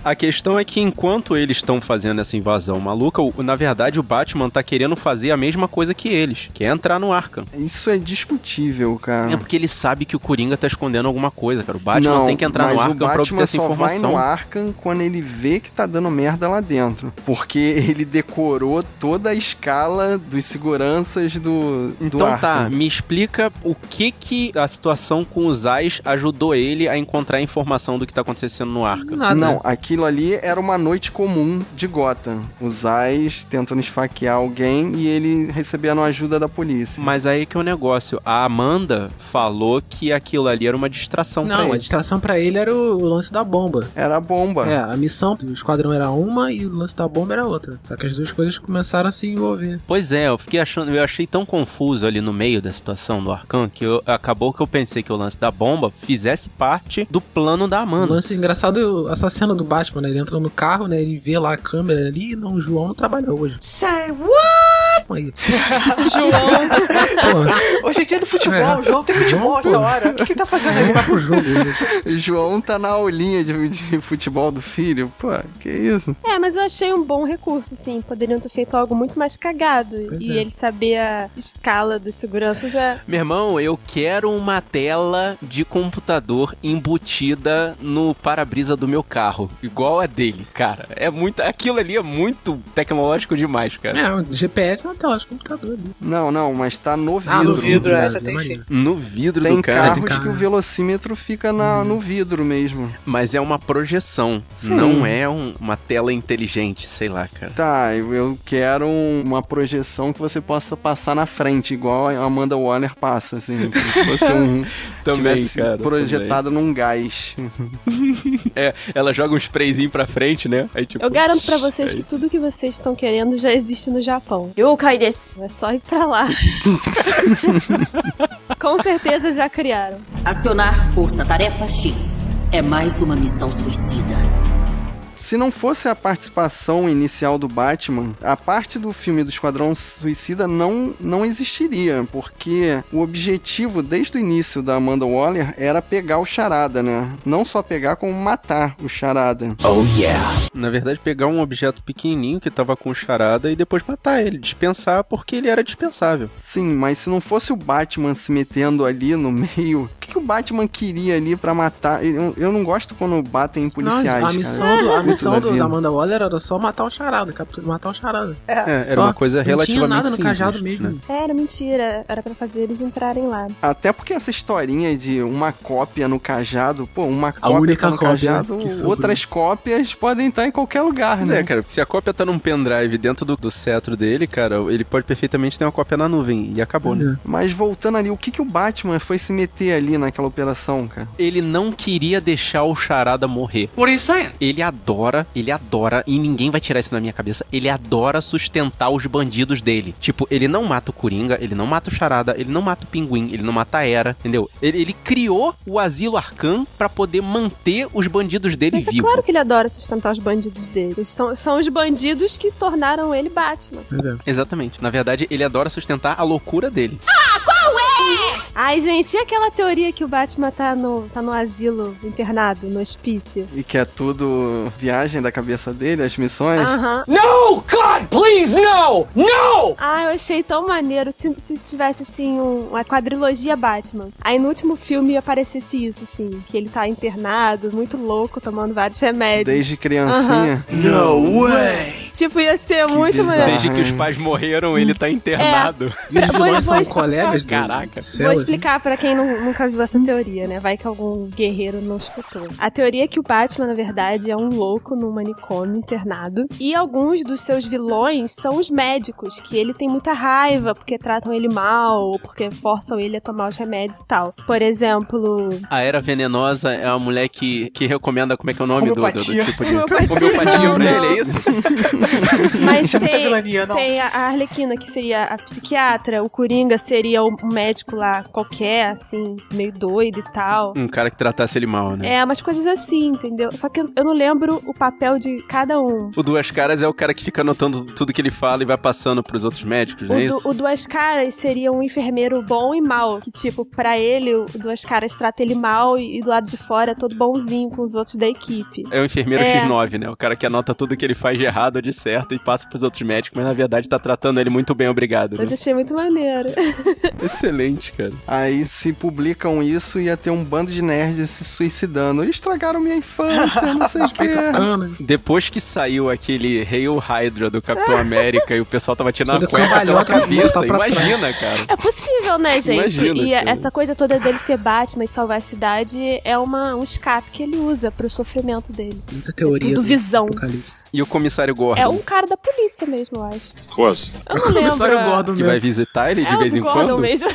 Speaker 2: A questão é que enquanto eles estão fazendo essa invasão maluca, o- na verdade o Batman tá querendo fazer a mesma coisa que eles, que é entrar no Arkham.
Speaker 1: Isso é discutível, cara.
Speaker 2: É porque ele sabe que o Coringa tá escondendo alguma coisa, cara. O Batman
Speaker 1: Não,
Speaker 2: tem que entrar no
Speaker 1: mas
Speaker 2: Arkham
Speaker 1: o
Speaker 2: pra obter
Speaker 1: Batman
Speaker 2: essa
Speaker 1: só vai
Speaker 2: informação.
Speaker 1: no Arkham quando ele vê que tá dando merda lá dentro. Porque ele decorou toda a escala dos seguranças do, do
Speaker 2: Então tá,
Speaker 1: Arkham.
Speaker 2: me explica o que que a situação com os Ais ajudou ele a encontrar a informação do que tá acontecendo no Arkham.
Speaker 5: Nada.
Speaker 1: Não, aqui aquilo ali era uma noite comum de Gotham. Os Ais tentando esfaquear alguém e ele recebendo ajuda da polícia.
Speaker 2: Mas aí que é o negócio. A Amanda falou que aquilo ali era uma distração pra
Speaker 5: Não, a
Speaker 2: ele.
Speaker 5: distração pra ele era o, o lance da bomba.
Speaker 1: Era a bomba.
Speaker 5: É, a missão do esquadrão era uma e o lance da bomba era outra. Só que as duas coisas começaram a se envolver.
Speaker 2: Pois é, eu fiquei achando, eu achei tão confuso ali no meio da situação do Arcan que eu- acabou que eu pensei que o lance da bomba fizesse parte do plano da
Speaker 5: O
Speaker 2: Amanda.
Speaker 5: lance engraçado, essa cena do Batman, né? Ele entra no carro, né? Ele vê lá a câmera ali e não, o João não trabalhou hoje.
Speaker 3: Say what?
Speaker 5: Calma Aí.
Speaker 6: João.
Speaker 5: Pô,
Speaker 4: Hoje é dia do futebol,
Speaker 5: É.
Speaker 4: o João tem futebol
Speaker 5: João, pô.
Speaker 4: essa hora. O que, que ele tá
Speaker 2: É.
Speaker 4: fazendo
Speaker 5: ele
Speaker 4: ali?
Speaker 5: vai pro jogo hoje.
Speaker 1: João tá na aulinha de, de futebol do filho. Pô, que isso?
Speaker 6: É, mas eu achei um bom recurso, assim. Poderiam ter feito algo muito mais cagado.
Speaker 5: Pois
Speaker 6: e
Speaker 5: é.
Speaker 6: ele saber a escala dos seguranças é.
Speaker 2: Meu irmão, eu quero uma tela de computador embutida no para-brisa do meu carro, igual a dele, cara. É muito, aquilo ali é muito tecnológico demais, cara.
Speaker 5: É, o GPS é uma tela de computador ali.
Speaker 1: Não, não, mas tá no vidro.
Speaker 4: Ah, no vidro,
Speaker 5: né?
Speaker 6: é
Speaker 4: essa tem sim.
Speaker 2: No vidro
Speaker 1: Tem
Speaker 2: do carro,
Speaker 1: carros
Speaker 5: carro.
Speaker 1: que o velocímetro fica
Speaker 2: Uhum.
Speaker 1: na- no vidro mesmo.
Speaker 2: mas é uma projeção,
Speaker 1: Sim.
Speaker 2: não é um- uma tela inteligente, sei lá, cara.
Speaker 1: Tá, eu- eu quero um- uma projeção que você possa passar na frente, igual a Amanda Waller passa, assim. Como se fosse um.
Speaker 2: Também,
Speaker 1: tivesse
Speaker 2: cara,
Speaker 1: projetado num gás.
Speaker 2: É, ela joga um sprayzinho pra frente, né? Aí, tipo,
Speaker 6: Eu garanto pra vocês que tudo que vocês estão querendo já existe no Japão.
Speaker 10: 了解です。
Speaker 6: É só ir pra lá. Com certeza já criaram.
Speaker 7: Acionar Força Tarefa X é mais uma missão suicida.
Speaker 1: Se não fosse a participação inicial do Batman, a parte do filme do Esquadrão Suicida não, não existiria, porque o objetivo desde o início da Amanda Waller era pegar o Charada, né? Não só pegar, como matar o Charada.
Speaker 2: Na verdade, pegar um objeto pequenininho que tava com charada e depois matar ele, dispensar porque ele era dispensável.
Speaker 1: Sim, mas se não fosse o Batman se metendo ali no meio, o que, que o Batman queria ali pra matar? Eu, eu não gosto quando batem em policiais.
Speaker 5: Não, a
Speaker 1: cara.
Speaker 5: missão, do, a
Speaker 1: Isso é
Speaker 5: missão
Speaker 1: na
Speaker 5: do,
Speaker 1: vida.
Speaker 5: da Amanda Waller era só matar o charada, capturar, matar o charada.
Speaker 2: É, era
Speaker 5: Só.
Speaker 2: uma coisa relativamente
Speaker 5: Não tinha nada no
Speaker 2: simples,
Speaker 5: cajado mesmo.
Speaker 2: né?
Speaker 6: Era mentira. Era pra fazer eles entrarem lá.
Speaker 1: Até porque essa historinha de uma cópia no cajado, pô, uma cópia
Speaker 5: única
Speaker 1: tá no
Speaker 5: cópia,
Speaker 1: cajado,
Speaker 5: né? Que sobrou.
Speaker 1: outras cópias podem estar em qualquer lugar,
Speaker 6: Ah,
Speaker 2: Mas
Speaker 1: né?
Speaker 2: é, cara, se a cópia tá num pendrive dentro do, do cetro dele, cara, ele pode perfeitamente ter uma cópia na nuvem e acabou,
Speaker 6: Uhum.
Speaker 2: né?
Speaker 1: Mas voltando ali, o que, que o Batman foi se meter ali naquela operação, cara?
Speaker 2: Ele não queria deixar o charada morrer.
Speaker 9: What are you saying?
Speaker 2: Ele adora, ele adora, e ninguém vai tirar isso da minha cabeça, ele adora sustentar os bandidos dele. Tipo, ele não mata o Coringa, ele não mata o Charada, ele não mata o Pinguim, ele não mata a Era, entendeu? Ele, ele criou o Asilo Arcan pra poder manter os bandidos dele
Speaker 6: Mas é
Speaker 2: vivos.
Speaker 6: claro que ele adora sustentar os bandidos dele. São, são os bandidos que tornaram ele Batman.
Speaker 5: É.
Speaker 2: Exatamente. Na verdade, ele adora sustentar a loucura dele.
Speaker 6: Ai, gente, e aquela teoria que o Batman tá no, tá no asilo internado, no hospício?
Speaker 1: E que é tudo viagem da cabeça dele, as missões?
Speaker 6: Aham.
Speaker 9: No, God, please, no! No!
Speaker 6: Ah, eu achei tão maneiro se, se tivesse, assim, um- uma quadrilogia Batman. Aí no último filme aparecesse isso, assim, que ele tá internado, muito louco, tomando vários remédios.
Speaker 1: Desde criancinha.
Speaker 2: No way!
Speaker 6: Tipo, ia ser
Speaker 1: Que
Speaker 6: muito
Speaker 1: bizarro.
Speaker 6: maneiro.
Speaker 2: Desde que os pais morreram, ele
Speaker 6: É.
Speaker 2: tá internado.
Speaker 5: E os
Speaker 6: Eu vou-
Speaker 5: vilões
Speaker 6: eu vou
Speaker 5: são
Speaker 6: explicar.
Speaker 5: colegas do
Speaker 2: Caraca.
Speaker 5: do
Speaker 6: Vou
Speaker 5: Céu,
Speaker 6: explicar pra quem nu- nunca viu essa teoria, né? Vai que algum guerreiro não escutou. A teoria é que o Batman, na verdade, é um louco num manicômio internado. E alguns dos seus vilões são os médicos, que ele tem muita raiva porque tratam ele mal, ou porque forçam ele a tomar os remédios e tal. Por exemplo,
Speaker 2: A Era Venenosa é uma mulher que, que recomenda, como é que é o nome do, do, do
Speaker 4: Homeopatia.
Speaker 2: tipo de...
Speaker 6: Homeopatia.
Speaker 2: Homeopatia pra
Speaker 6: Não,
Speaker 2: ele,
Speaker 6: não.
Speaker 2: é isso?
Speaker 6: Mas
Speaker 4: Isso é muita
Speaker 6: tem-
Speaker 4: vilania, não.
Speaker 6: Tem a a Arlequina, que seria a psiquiatra, o Coringa seria o médico lá qualquer, assim, meio doido e tal.
Speaker 2: Um cara que tratasse ele mal, né?
Speaker 6: É, umas coisas assim, entendeu? Só que eu eu não lembro o papel de cada um.
Speaker 2: O Duas Caras é o cara que fica anotando tudo que ele fala e vai passando pros outros médicos,
Speaker 6: O,
Speaker 2: não é
Speaker 6: du-
Speaker 2: isso?
Speaker 6: o Duas Caras seria um enfermeiro bom e mal. Que, tipo, pra ele, o Duas Caras trata ele mal e, e do lado de fora é todo bonzinho com os outros da equipe.
Speaker 2: É o enfermeiro
Speaker 6: É.
Speaker 2: X9, né? O cara que anota tudo que ele faz de errado ou de certo e passa pros outros médicos, mas na verdade tá tratando ele muito bem, obrigado. né?
Speaker 6: Mas achei muito maneiro.
Speaker 2: Excelente, cara.
Speaker 1: Aí se publicam isso e ia ter um bando de nerds se suicidando. Estragaram minha infância, não sei o quê.
Speaker 5: Cana.
Speaker 2: Depois que saiu aquele Hail Hydra do Capitão América e o pessoal tava tirando
Speaker 5: Sendo
Speaker 2: a cueca pela
Speaker 5: cambalhota,
Speaker 2: cabeça,
Speaker 5: botar pra trás.
Speaker 2: imagina, cara.
Speaker 6: É possível, né, gente?
Speaker 2: Imagina,
Speaker 6: e
Speaker 2: cara.
Speaker 6: essa coisa toda dele ser Batman e salvar a cidade é uma, um escape que ele usa pro sofrimento dele.
Speaker 5: Muita teoria
Speaker 6: Tudo
Speaker 5: do
Speaker 6: visão.
Speaker 5: apocalipse.
Speaker 2: E o comissário Gordon,
Speaker 6: É um cara da polícia mesmo, eu acho.
Speaker 10: Of course.
Speaker 6: Eu não lembro.
Speaker 5: Comissário Gordon
Speaker 2: que
Speaker 5: mesmo.
Speaker 2: vai visitar ele
Speaker 6: É
Speaker 2: de
Speaker 6: o
Speaker 2: vez em
Speaker 6: Gordon
Speaker 2: quando.
Speaker 6: mesmo.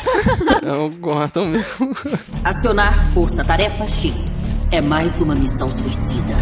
Speaker 1: É o Gordon mesmo.
Speaker 7: Acionar Força Tarefa X é mais uma missão suicida.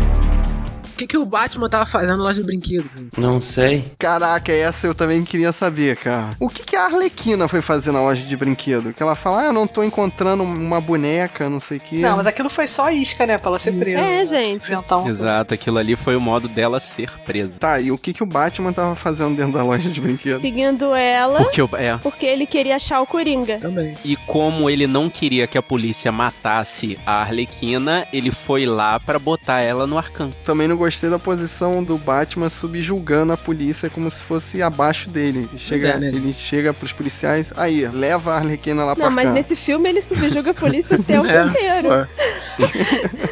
Speaker 5: O que, que o Batman tava fazendo lá de brinquedo?
Speaker 11: Não sei.
Speaker 1: Caraca, essa eu também queria saber, cara. O que, que a Arlequina foi fazer na loja de brinquedo? Que ela fala, ah, eu não tô encontrando uma boneca, não sei o quê.
Speaker 4: Não, mas aquilo foi só isca, né? Pra ela ser presa.
Speaker 6: É,
Speaker 4: né,
Speaker 6: gente.
Speaker 4: se inventar um-
Speaker 2: Exato, aquilo ali foi o modo dela ser presa.
Speaker 1: Tá, e o que, que o Batman tava fazendo dentro da loja de brinquedo?
Speaker 6: Seguindo ela,
Speaker 2: Porque o- é.
Speaker 6: porque ele queria achar o Coringa.
Speaker 5: Também.
Speaker 2: E como ele não queria que a polícia matasse a Arlequina, ele foi lá pra botar ela no arcão.
Speaker 1: Também não gostei da posição do Batman subjulgando a polícia como se fosse abaixo dele. Chega,
Speaker 5: é, né?
Speaker 1: Ele chega pros policiais, aí, leva a Arlequina
Speaker 2: Tá
Speaker 1: lá pra
Speaker 6: Não, mas
Speaker 1: cá.
Speaker 6: nesse filme ele subjuga a polícia o tempo
Speaker 5: É,
Speaker 6: inteiro.
Speaker 5: ué.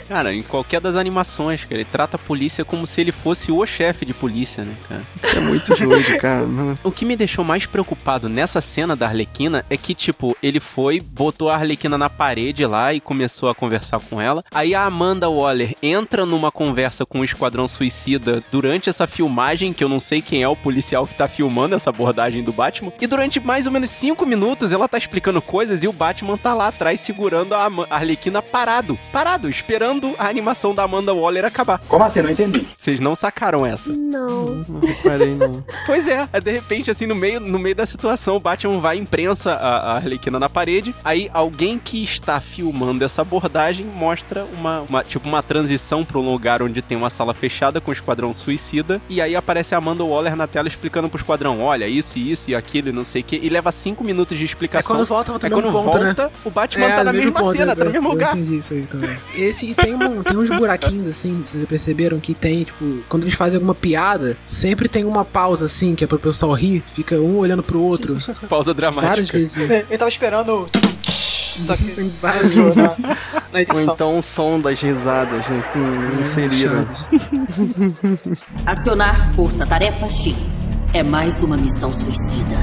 Speaker 2: Cara, em qualquer das animações, cara, ele trata a polícia como se ele fosse o chefe de polícia, né, cara?
Speaker 1: Isso é muito doido, cara. né? Não-
Speaker 2: O que me deixou mais preocupado nessa cena da Arlequina é que, tipo, ele foi, botou a Arlequina na parede lá e começou a conversar com ela. Aí a Amanda Waller entra numa conversa com o Esquadrão Suicida durante essa filmagem, que eu não sei quem é o policial que tá filmando essa abordagem do Batman. E durante mais ou menos cinco minutos ela tá explicando coisas e o Batman tá lá atrás segurando a Ama- a Arlequina parado. Parado, esperando a animação da Amanda Waller acabar.
Speaker 9: Como assim? Não entendi.
Speaker 2: Vocês não sacaram essa.
Speaker 6: Não.
Speaker 1: Não reparei, não.
Speaker 2: Pois é, aí, de repente, assim, no meio, no meio da situação, o Batman vai e imprensa a, a Arlequina na parede. Aí alguém que está filmando essa abordagem mostra uma, uma- tipo uma transição para um lugar onde tem uma sala fechada com o Esquadrão Suicida. E aí aparece a Amanda Waller na tela explicando pro Esquadrão: olha, isso, e isso e aquilo e não sei o que. E leva cinco minutos de
Speaker 5: É
Speaker 2: explicação.
Speaker 5: quando volta, volta
Speaker 2: Aí
Speaker 5: no mesmo
Speaker 2: quando
Speaker 5: ponto, né?
Speaker 2: volta, o Batman tá na
Speaker 5: no mesmo
Speaker 2: mesma
Speaker 5: ponto, né? É.
Speaker 2: cena,
Speaker 5: eu-
Speaker 2: tá no mesmo
Speaker 5: eu
Speaker 2: lugar.
Speaker 5: entendi isso aí também. Esse e tem, um, tem uns buraquinhos assim, vocês já perceberam que tem, tipo, quando eles fazem alguma piada, sempre tem uma pausa assim, que é pro pessoal rir, fica um olhando pro outro.
Speaker 2: Pausa
Speaker 5: várias
Speaker 2: dramática.
Speaker 5: vezes.
Speaker 4: Eu tava esperando. o Só que
Speaker 5: Tem várias
Speaker 4: entrou na, na
Speaker 1: Ou
Speaker 4: edição.
Speaker 1: então o som das risadas, né? Hum, inseriram.
Speaker 7: Acionar Força Tarefa X é mais uma missão suicida.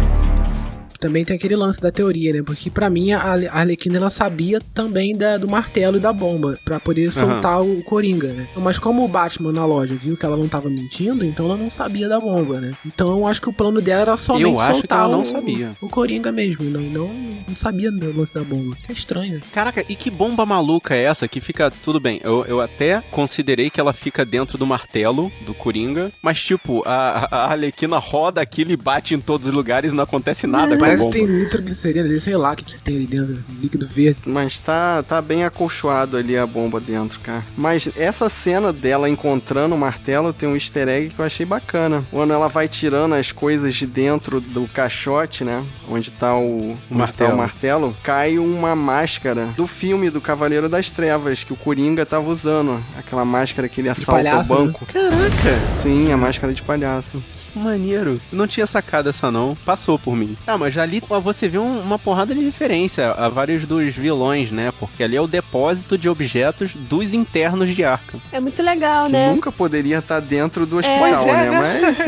Speaker 5: Também tem aquele lance da teoria, né? Porque pra mim a Ale- a Arlequina ela sabia também da- do martelo e da bomba pra poder soltar o Coringa, né? Mas como o Batman na loja viu que ela não tava mentindo, então ela não sabia da bomba, né? Então eu acho que o plano dela era somente
Speaker 2: Eu acho que
Speaker 5: soltar
Speaker 2: ela não
Speaker 5: o,
Speaker 2: sabia.
Speaker 5: o Coringa mesmo, né? E não, não sabia do lance da bomba. Que é estranho.
Speaker 2: Caraca, e que bomba maluca é essa que fica. Tudo bem, eu, eu até considerei que ela fica dentro do martelo do Coringa, mas tipo, a, a a Arlequina roda aquilo e bate em todos os lugares e não acontece nada com a
Speaker 5: Parece
Speaker 2: bomba.
Speaker 5: que tem nitroglicerina ali, sei lá o que, que tem ali dentro, líquido verde.
Speaker 1: Mas tá, tá bem acolchoado ali a bomba dentro, cara. Mas essa cena dela encontrando o martelo tem um easter egg que eu achei bacana. Quando ela vai tirando as coisas de dentro do caixote, né? Onde tá o, onde
Speaker 2: martelo.
Speaker 1: tá o martelo, cai uma máscara do filme do Cavaleiro das Trevas, que o Coringa tava usando. Aquela máscara que ele assalta
Speaker 5: palhaço,
Speaker 1: o
Speaker 5: né?
Speaker 1: banco.
Speaker 2: Caraca,
Speaker 1: Sim, a máscara de palhaço.
Speaker 2: que maneiro. Eu Não tinha sacado essa não. Passou por mim. Ah, mas ali ó, você viu um- uma porrada de referência a vários dos vilões, né? Porque ali é o depósito de objetos dos internos de Arkham.
Speaker 6: É muito legal,
Speaker 2: Ah,
Speaker 1: Que
Speaker 6: né?
Speaker 1: nunca poderia estar dentro do
Speaker 4: Pois
Speaker 1: hospital, né?
Speaker 4: é, né?
Speaker 1: Mas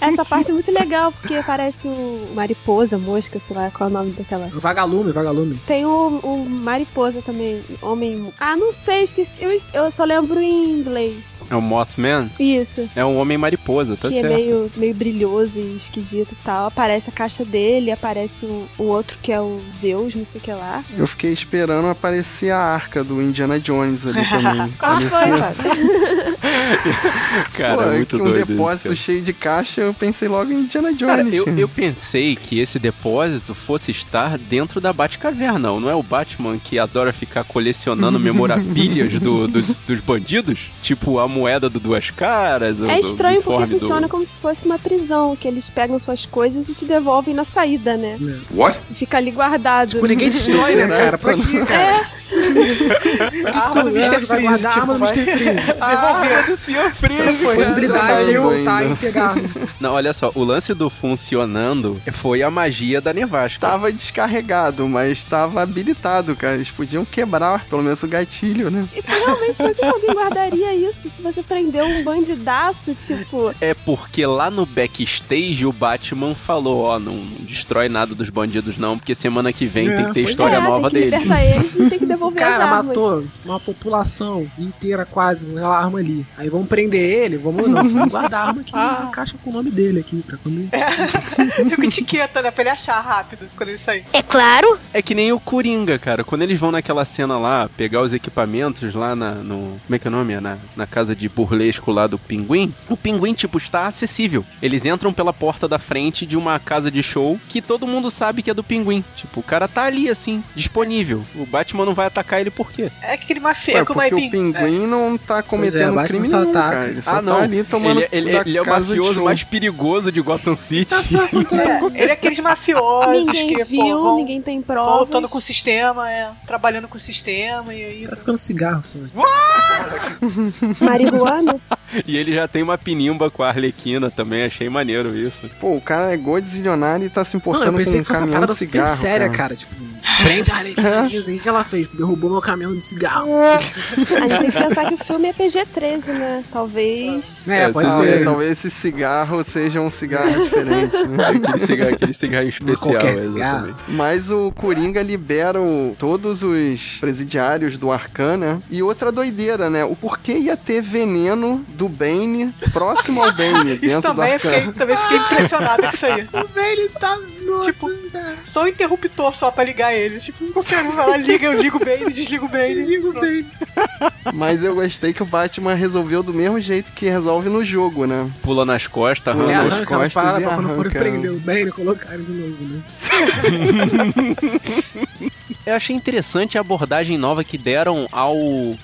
Speaker 6: Essa parte é muito legal, porque parece o Mariposa, Mosca, sei lá qual é o nome daquela.
Speaker 5: Vagalume, vagalume.
Speaker 6: Tem o, o Mariposa também, Homem. Ah, não sei, esqueci. Eu, eu só lembro em inglês.
Speaker 2: É o Mothman,
Speaker 6: Isso.
Speaker 2: é um homem mariposa, tá
Speaker 6: que
Speaker 2: certo.
Speaker 6: é meio, meio brilhoso e esquisito e tal. Aparece a caixa dele, aparece o, o outro que é o Zeus, não sei o que lá.
Speaker 1: Eu fiquei esperando aparecer a arca do Indiana Jones ali também. Parecia-
Speaker 2: Cara,
Speaker 1: Pô,
Speaker 2: é muito
Speaker 1: que um
Speaker 2: doido isso,
Speaker 1: depósito
Speaker 2: cara.
Speaker 1: cheio de caixa, eu pensei logo em Indiana
Speaker 2: Cara,
Speaker 1: Jones.
Speaker 2: eu, eu pensei que esse depósito fosse estar dentro da Batcaverna. Não é o Batman que adora ficar colecionando memorabilhas do- dos, dos bandidos? Tipo a moeda do Duas Caras? o
Speaker 6: é
Speaker 2: do
Speaker 6: estranho porque
Speaker 2: uniforme do-
Speaker 6: funciona como se fosse uma prisão, que eles pegam suas coisas e te devolvem na saída, né?
Speaker 2: É.
Speaker 10: What?
Speaker 6: E Fica ali guardado.
Speaker 5: Tipo, ninguém destrói, né, cara? Pra quê, cara?
Speaker 4: A arma do
Speaker 2: é
Speaker 5: Tu
Speaker 4: Mr.
Speaker 5: vai
Speaker 4: Freeze,
Speaker 5: guardar a
Speaker 4: tipo,
Speaker 5: arma é do
Speaker 4: vai
Speaker 5: Mr. Freeze.
Speaker 4: devolver.
Speaker 2: do senhor Freeze!
Speaker 1: Foi
Speaker 5: Possibilidade de
Speaker 1: funcionando
Speaker 5: eu voltar
Speaker 1: ainda.
Speaker 5: e pegar.
Speaker 2: Não, olha só, o lance do funcionando foi a magia da nevasca.
Speaker 1: Tava descarregado, mas tava habilitado, cara. Eles podiam quebrar pelo menos o gatilho, né?
Speaker 6: E realmente, por que alguém guardaria isso se você prendeu um bandidaço, tipo...
Speaker 2: É porque lá no backstage o Batman falou, ó, não, não destrói nada dos bandidos não, porque semana que vem
Speaker 5: É,
Speaker 2: tem que ter
Speaker 5: pois
Speaker 2: história
Speaker 6: é,
Speaker 2: nova
Speaker 6: tem que
Speaker 2: dele.
Speaker 6: libertar eles e tem que
Speaker 5: O
Speaker 6: devolver
Speaker 5: cara
Speaker 6: as armas.
Speaker 5: matou uma população inteira quase com aquela arma ali. Aí vamos prender ele, vamos não, vamos guardar a arma aqui na caixa com o nome dele aqui, pra quando
Speaker 4: Fica com etiqueta, né? Pra ele achar rápido quando ele sair.
Speaker 8: É claro.
Speaker 2: É que nem o Coringa, cara. Quando eles vão naquela cena lá, pegar os equipamentos lá na, no... Como é que é o nome? Na, na casa de burlesco lá do Pinguim. O Pinguim, tipo, está acessível. Eles entram pela porta da frente de uma casa de show que todo mundo sabe que é do Pinguim. Tipo, o cara tá ali, assim, disponível. O Batman não vai atacar ele por quê?
Speaker 4: É aquele mafia,
Speaker 1: Ué,
Speaker 4: como é
Speaker 1: porque o
Speaker 4: pinguim. É.
Speaker 1: pinguim não tá cometendo
Speaker 5: Batman
Speaker 1: crime
Speaker 5: só
Speaker 1: nenhum,
Speaker 5: ataca.
Speaker 1: cara. Ele só
Speaker 2: ah, não.
Speaker 1: tá ali tomando
Speaker 2: ele, ele-
Speaker 1: da
Speaker 2: ele é o
Speaker 1: casa de
Speaker 2: mafioso
Speaker 1: show.
Speaker 2: mais perigoso de Gotham City.
Speaker 1: tá
Speaker 4: É, ele é aqueles mafiosos
Speaker 6: Ninguém
Speaker 4: que,
Speaker 6: viu,
Speaker 4: pô, vão
Speaker 6: ninguém tem provas.
Speaker 4: voltando com o sistema, é, trabalhando com o sistema, e aí...
Speaker 5: tá ficando cigarro, sabe?
Speaker 6: Marihuana?
Speaker 2: e ele já tem uma pinimba com a Arlequina também. Achei maneiro isso.
Speaker 1: Pô, o cara é godzilionário e tá se
Speaker 5: Mano,
Speaker 1: importando
Speaker 5: eu pensei
Speaker 1: com um
Speaker 5: que fosse uma
Speaker 1: caminhão
Speaker 5: parada
Speaker 1: de
Speaker 5: super
Speaker 1: cigarro.
Speaker 5: séria,
Speaker 1: cara.
Speaker 5: cara. Tipo, prende a Arlequina, o que que ela fez? Derrubou meu caminhão de cigarro.
Speaker 6: A gente tem que pensar que o filme é PG-13, né? Talvez...
Speaker 5: É,
Speaker 2: É,
Speaker 5: pode
Speaker 2: se-
Speaker 1: Ah, é,
Speaker 5: ser.
Speaker 1: talvez esse cigarro seja um cigarro diferente, né?
Speaker 2: Aquele cigarro, aquele cigarro especial.
Speaker 5: qualquer cigarro.
Speaker 2: exatamente.
Speaker 1: Mas o Coringa libera o- todos os presidiários do Arcana. E outra doideira, né? O porquê ia ter veneno do Bane próximo ao Bane dentro
Speaker 4: Isso
Speaker 1: do
Speaker 4: também, eu
Speaker 1: Arcana?
Speaker 4: fiquei, também fiquei impressionado com isso aí.
Speaker 5: O
Speaker 1: então.
Speaker 5: velho tá louco,
Speaker 4: Tipo,
Speaker 5: cara.
Speaker 4: Só um interruptor só pra ligar ele. Tipo, qualquer um vai lá, liga, eu ligo bem, ele desligo bem. Ele ligo bem.
Speaker 1: Mas eu gostei que o Batman resolveu do mesmo jeito que resolve no jogo, né?
Speaker 2: Pula nas costas,
Speaker 1: Pula
Speaker 5: É,
Speaker 2: arranca.
Speaker 1: nas
Speaker 5: arranca,
Speaker 1: costas
Speaker 5: para
Speaker 1: e
Speaker 5: pra quando for
Speaker 1: arranca.
Speaker 5: prender o velho, colocar ele de novo, né?
Speaker 2: Eu achei interessante a abordagem nova que deram ao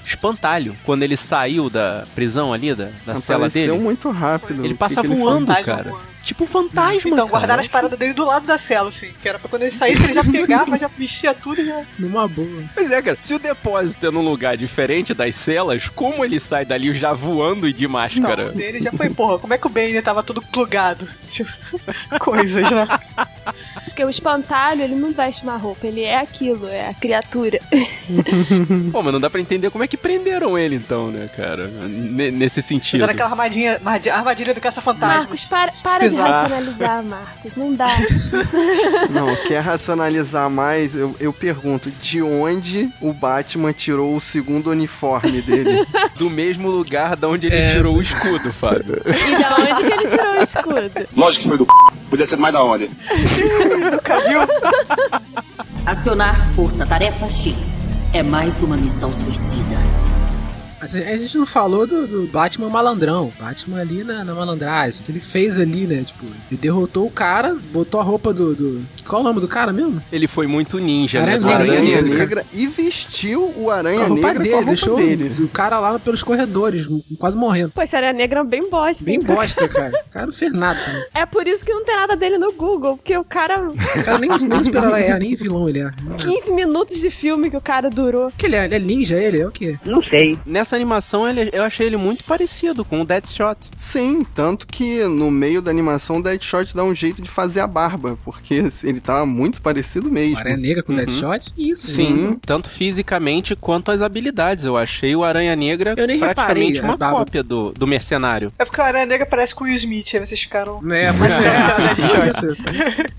Speaker 2: espantalho. Quando ele saiu da prisão ali, da, da cela
Speaker 1: Apareceu
Speaker 2: dele.
Speaker 1: muito rápido.
Speaker 2: Ele
Speaker 1: O
Speaker 2: passa
Speaker 1: que que ele
Speaker 2: voando,
Speaker 1: faz?
Speaker 2: cara. Tipo fantasma,
Speaker 4: Então,
Speaker 2: cara.
Speaker 4: guardaram as paradas dele do lado da cela, assim. Que era pra quando ele saísse, ele já pegava, já mexia tudo e já...
Speaker 5: Numa boa.
Speaker 2: Pois é, cara. Se o depósito é num lugar diferente das celas, como ele sai dali já voando e de máscara?
Speaker 4: Não, dele já foi, porra, como é que o Bane tava tudo plugado? Tipo, coisas, né?
Speaker 6: Porque o espantalho, ele não veste uma roupa, ele é aquilo, é a criatura.
Speaker 2: Pô, mas não dá pra entender como é que prenderam ele então, né, cara? N- nesse sentido.
Speaker 4: Fizeram aquela armadilha, armadilha, armadilha do caça-fantasma.
Speaker 6: Marcos, para, para de
Speaker 4: Bizarro.
Speaker 6: racionalizar, Marcos, não dá.
Speaker 1: Não, quer racionalizar mais, eu, eu pergunto, de onde o Batman tirou o segundo uniforme dele?
Speaker 2: Do mesmo lugar da onde ele tirou o escudo, Fábio.
Speaker 6: E da onde que ele tirou o escudo?
Speaker 10: Lógico que foi do p. Podia ser mais da onde.
Speaker 7: Acionar Força Tarefa X é mais uma missão suicida.
Speaker 5: Assim, a gente não falou do, do Batman malandrão. Batman ali na, na malandragem. O que ele fez ali, né? Tipo, ele derrotou o cara, botou a roupa do. do- Qual é o nome do cara mesmo?
Speaker 2: Ele foi muito ninja, né?
Speaker 5: Aranha
Speaker 2: Do
Speaker 5: Negra.
Speaker 2: Aranha
Speaker 1: Aranha
Speaker 5: Negra.
Speaker 2: Negra.
Speaker 1: Negra e vestiu o Aranha
Speaker 5: a roupa é
Speaker 1: Negra
Speaker 5: dele,
Speaker 1: É com a roupa
Speaker 5: deixou
Speaker 1: dele.
Speaker 5: O, o cara lá pelos corredores, quase morrendo.
Speaker 6: Pô, esse Aranha Negra é um bem bosta.
Speaker 5: Bem
Speaker 6: hein, cara?
Speaker 5: bosta, cara. O cara não fez nada. Cara.
Speaker 6: É por isso que não tem nada dele no Google, porque o cara.
Speaker 5: O cara nem, nem super-herói é, nem vilão ele é.
Speaker 6: 15 minutos de filme que o cara durou.
Speaker 5: Que ele é, ele é ninja, ele é o quê?
Speaker 2: Nessa animação, ele- eu achei ele muito parecido com o Deadshot.
Speaker 1: Sim, tanto que no meio da animação o Deadshot dá um jeito de fazer a barba, porque ele tá muito parecido
Speaker 5: O
Speaker 1: mesmo.
Speaker 5: Aranha Negra
Speaker 2: Uhum.
Speaker 5: com Deadshot? Isso,
Speaker 1: Sim.
Speaker 2: Tanto fisicamente quanto as habilidades. Eu achei o Aranha Negra
Speaker 5: Eu nem
Speaker 2: praticamente
Speaker 5: reparei, né?
Speaker 2: uma
Speaker 5: Bárbara.
Speaker 2: cópia do, do mercenário.
Speaker 4: É porque o Aranha Negra parece com o Will Smith, aí vocês ficaram...
Speaker 5: Né, mas é, isso.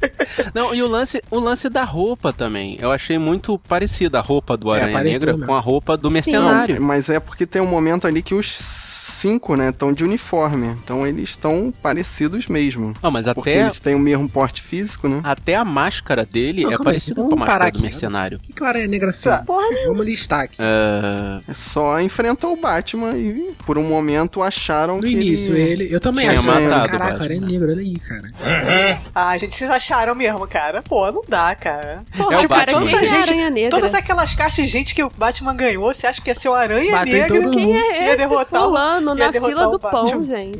Speaker 2: Não, e o lance, o lance da roupa também. Eu achei muito parecida a roupa do Aranha
Speaker 5: parecido
Speaker 2: Negra
Speaker 5: É, mesmo.
Speaker 2: com a roupa do
Speaker 6: Sim.
Speaker 2: mercenário.
Speaker 1: Mas é porque tem um momento ali que os cinco, né, estão de uniforme. Então eles estão parecidos mesmo.
Speaker 2: Ah, mas
Speaker 1: Porque
Speaker 2: até,
Speaker 1: eles têm o mesmo porte físico, né?
Speaker 2: até a máscara dele
Speaker 5: Não,
Speaker 2: é
Speaker 5: calma aí,
Speaker 2: parecida
Speaker 5: vamos
Speaker 2: com a máscara
Speaker 5: parar
Speaker 2: do
Speaker 5: aqui.
Speaker 2: mercenário.
Speaker 5: O que, que o Aranha Negra fez?
Speaker 6: Porra
Speaker 5: Vamos listar aqui.
Speaker 1: É Só enfrentou o Batman e por um momento acharam
Speaker 5: No
Speaker 1: que
Speaker 5: início,
Speaker 1: ele...
Speaker 5: ele. Eu também
Speaker 2: Tinha
Speaker 5: achei. né?
Speaker 2: matado o
Speaker 5: Caraca, o
Speaker 2: Batman.
Speaker 5: Aranha Negra, olha aí, cara.
Speaker 4: Ah, gente, vocês acharam mesmo, cara. Pô, não dá, cara.
Speaker 6: Porra,
Speaker 4: tipo,
Speaker 6: o cara
Speaker 4: tanta
Speaker 6: quem é
Speaker 4: gente.
Speaker 6: Aranha Negra?
Speaker 4: Todas aquelas caixas de gente que o Batman ganhou, você acha que ia ser o Aranha
Speaker 5: Bateu em
Speaker 4: Negra?
Speaker 5: todo
Speaker 6: Quem
Speaker 5: mundo.
Speaker 4: Ia
Speaker 6: é esse
Speaker 4: derrotar o-
Speaker 6: fulano
Speaker 4: ia
Speaker 6: na
Speaker 4: derrotar
Speaker 6: fila
Speaker 4: o
Speaker 6: do pão,
Speaker 4: Batman. Tipo,
Speaker 6: gente?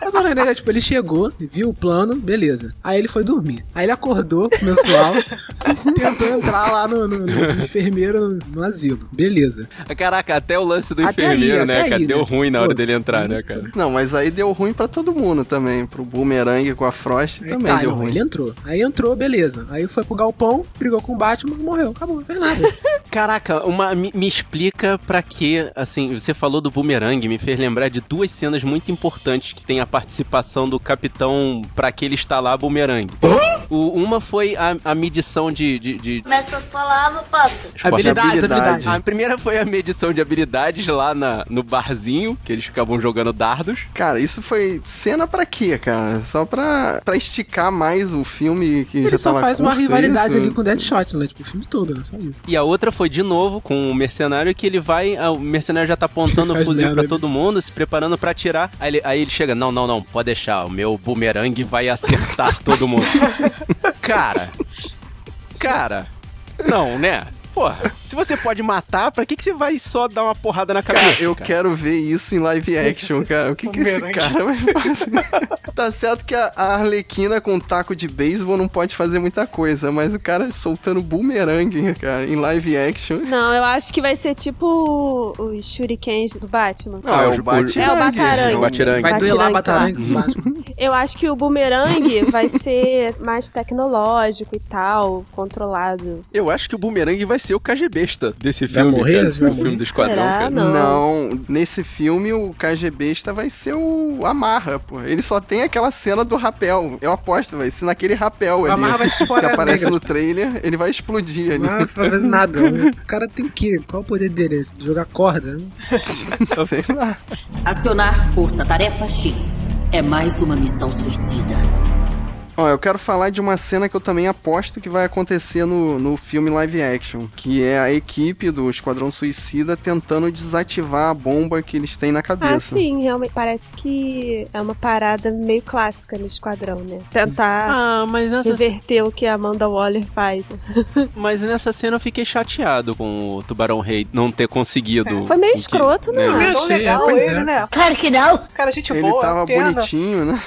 Speaker 5: Mas o Aranha Negra, tipo, ele chegou, viu o plano, beleza. Aí ele foi dormir. Aí ele acordou com o pessoal, tentou entrar lá no, no- no enfermeiro no, no asilo. Beleza.
Speaker 2: Ah, Caraca, até o lance do
Speaker 5: Até
Speaker 2: enfermeiro,
Speaker 5: aí,
Speaker 2: né,
Speaker 5: até
Speaker 2: cara?
Speaker 5: aí,
Speaker 2: Deu
Speaker 5: né?
Speaker 2: ruim na hora
Speaker 5: Pô,
Speaker 2: dele entrar, né, cara?
Speaker 1: Não, mas aí deu ruim pra todo mundo também. Pro Boomerang com a Frost também
Speaker 5: Tá,
Speaker 1: deu
Speaker 5: não,
Speaker 1: ruim.
Speaker 5: ele entrou. Aí entrou, beleza. Aí foi pro galpão, brigou com o Batman, morreu. Acabou, não fez nada.
Speaker 2: Caraca, uma, me, me explica pra que, assim, você falou do bumerangue, me fez lembrar de duas cenas muito importantes que tem a participação do capitão pra que ele instalar bumerangue. O, uma foi a, a medição de. de, de
Speaker 8: Começa as palavras, passa.
Speaker 1: Tipo,
Speaker 5: habilidades, habilidades.
Speaker 2: A primeira foi a medição de habilidades lá na, no barzinho, que eles ficavam jogando dardos.
Speaker 1: Cara, isso foi cena pra quê, cara? Só pra, pra esticar mais o filme que já
Speaker 5: Ele só
Speaker 1: tava
Speaker 5: faz uma
Speaker 1: curto, é
Speaker 5: rivalidade
Speaker 1: isso?
Speaker 5: ali com o Deadshot, né? Tipo, o filme todo, né? Só isso.
Speaker 2: E a outra foi de novo com o mercenário que ele vai, ah, o mercenário já tá apontando o
Speaker 5: Faz
Speaker 2: fuzil
Speaker 5: merda,
Speaker 2: pra todo mundo, se preparando pra atirar. Aí ele, aí ele chega, não, não, não, pode deixar, o meu bumerangue vai acertar todo mundo. cara. Cara. Não, né? Porra, se você pode matar, pra que que você vai só dar uma porrada na cabeça?
Speaker 1: Cara, eu
Speaker 2: cara?
Speaker 1: quero ver isso em live action, cara. O que,
Speaker 5: Um
Speaker 1: que esse
Speaker 4: Bumerangue.
Speaker 1: cara vai fazer? tá certo que a a Arlequina com um taco de beisebol não pode fazer muita coisa, mas o cara soltando bumerangue, cara, em live action.
Speaker 6: Não, eu acho que vai ser tipo o- os shurikens do Batman.
Speaker 1: Não, é
Speaker 2: o-
Speaker 1: o Batirangue.
Speaker 6: É o Batarangue.
Speaker 2: O Batirangue.
Speaker 5: Vai
Speaker 6: Batirangue,
Speaker 5: duelar
Speaker 6: sei lá.
Speaker 5: Batarangue com o Batman.
Speaker 6: Eu acho que o boomerang vai ser mais tecnológico e tal, controlado.
Speaker 2: Eu acho que o bumerangue vai ser o KGBista desse filme,
Speaker 5: morrer?
Speaker 2: cara.
Speaker 5: Vai
Speaker 2: O filme
Speaker 5: morrer?
Speaker 2: do Esquadrão,
Speaker 6: Será?
Speaker 2: cara.
Speaker 6: Não.
Speaker 1: Não, nesse filme o KGBista vai ser o Amarra, pô. Ele só tem aquela cena do rapel. Eu aposto, vai ser naquele rapel ali.
Speaker 5: Amarra vai se né, espalhar,
Speaker 1: que aparece
Speaker 5: nega.
Speaker 1: no trailer, ele vai explodir ali.
Speaker 5: Não, não faz nada. O cara tem o quê? Qual o poder dele? Jogar corda? né?
Speaker 1: Sei lá.
Speaker 7: Acionar Força Tarefa X. É mais uma missão suicida.
Speaker 1: Ó, eu quero falar de uma cena que eu também aposto que vai acontecer no, no filme live action, que é a equipe do Esquadrão Suicida tentando desativar a bomba que eles têm na
Speaker 6: Ah,
Speaker 1: cabeça.
Speaker 6: sim, realmente. Parece que é uma parada meio clássica no esquadrão, né? Tentar
Speaker 2: Ah, mas essa,
Speaker 6: reverter o que a Amanda Waller faz.
Speaker 2: Mas nessa cena eu fiquei chateado com o Tubarão Rei não ter conseguido.
Speaker 6: É, Foi
Speaker 2: o
Speaker 6: meio
Speaker 2: que-
Speaker 6: escroto,
Speaker 2: né?
Speaker 6: não é?
Speaker 4: Tão
Speaker 5: achei,
Speaker 4: legal
Speaker 5: pois
Speaker 4: ele,
Speaker 5: é.
Speaker 4: né?
Speaker 8: Claro que não.
Speaker 4: Cara, gente
Speaker 1: Ele
Speaker 4: boa,
Speaker 1: tava
Speaker 4: pena.
Speaker 1: bonitinho, né?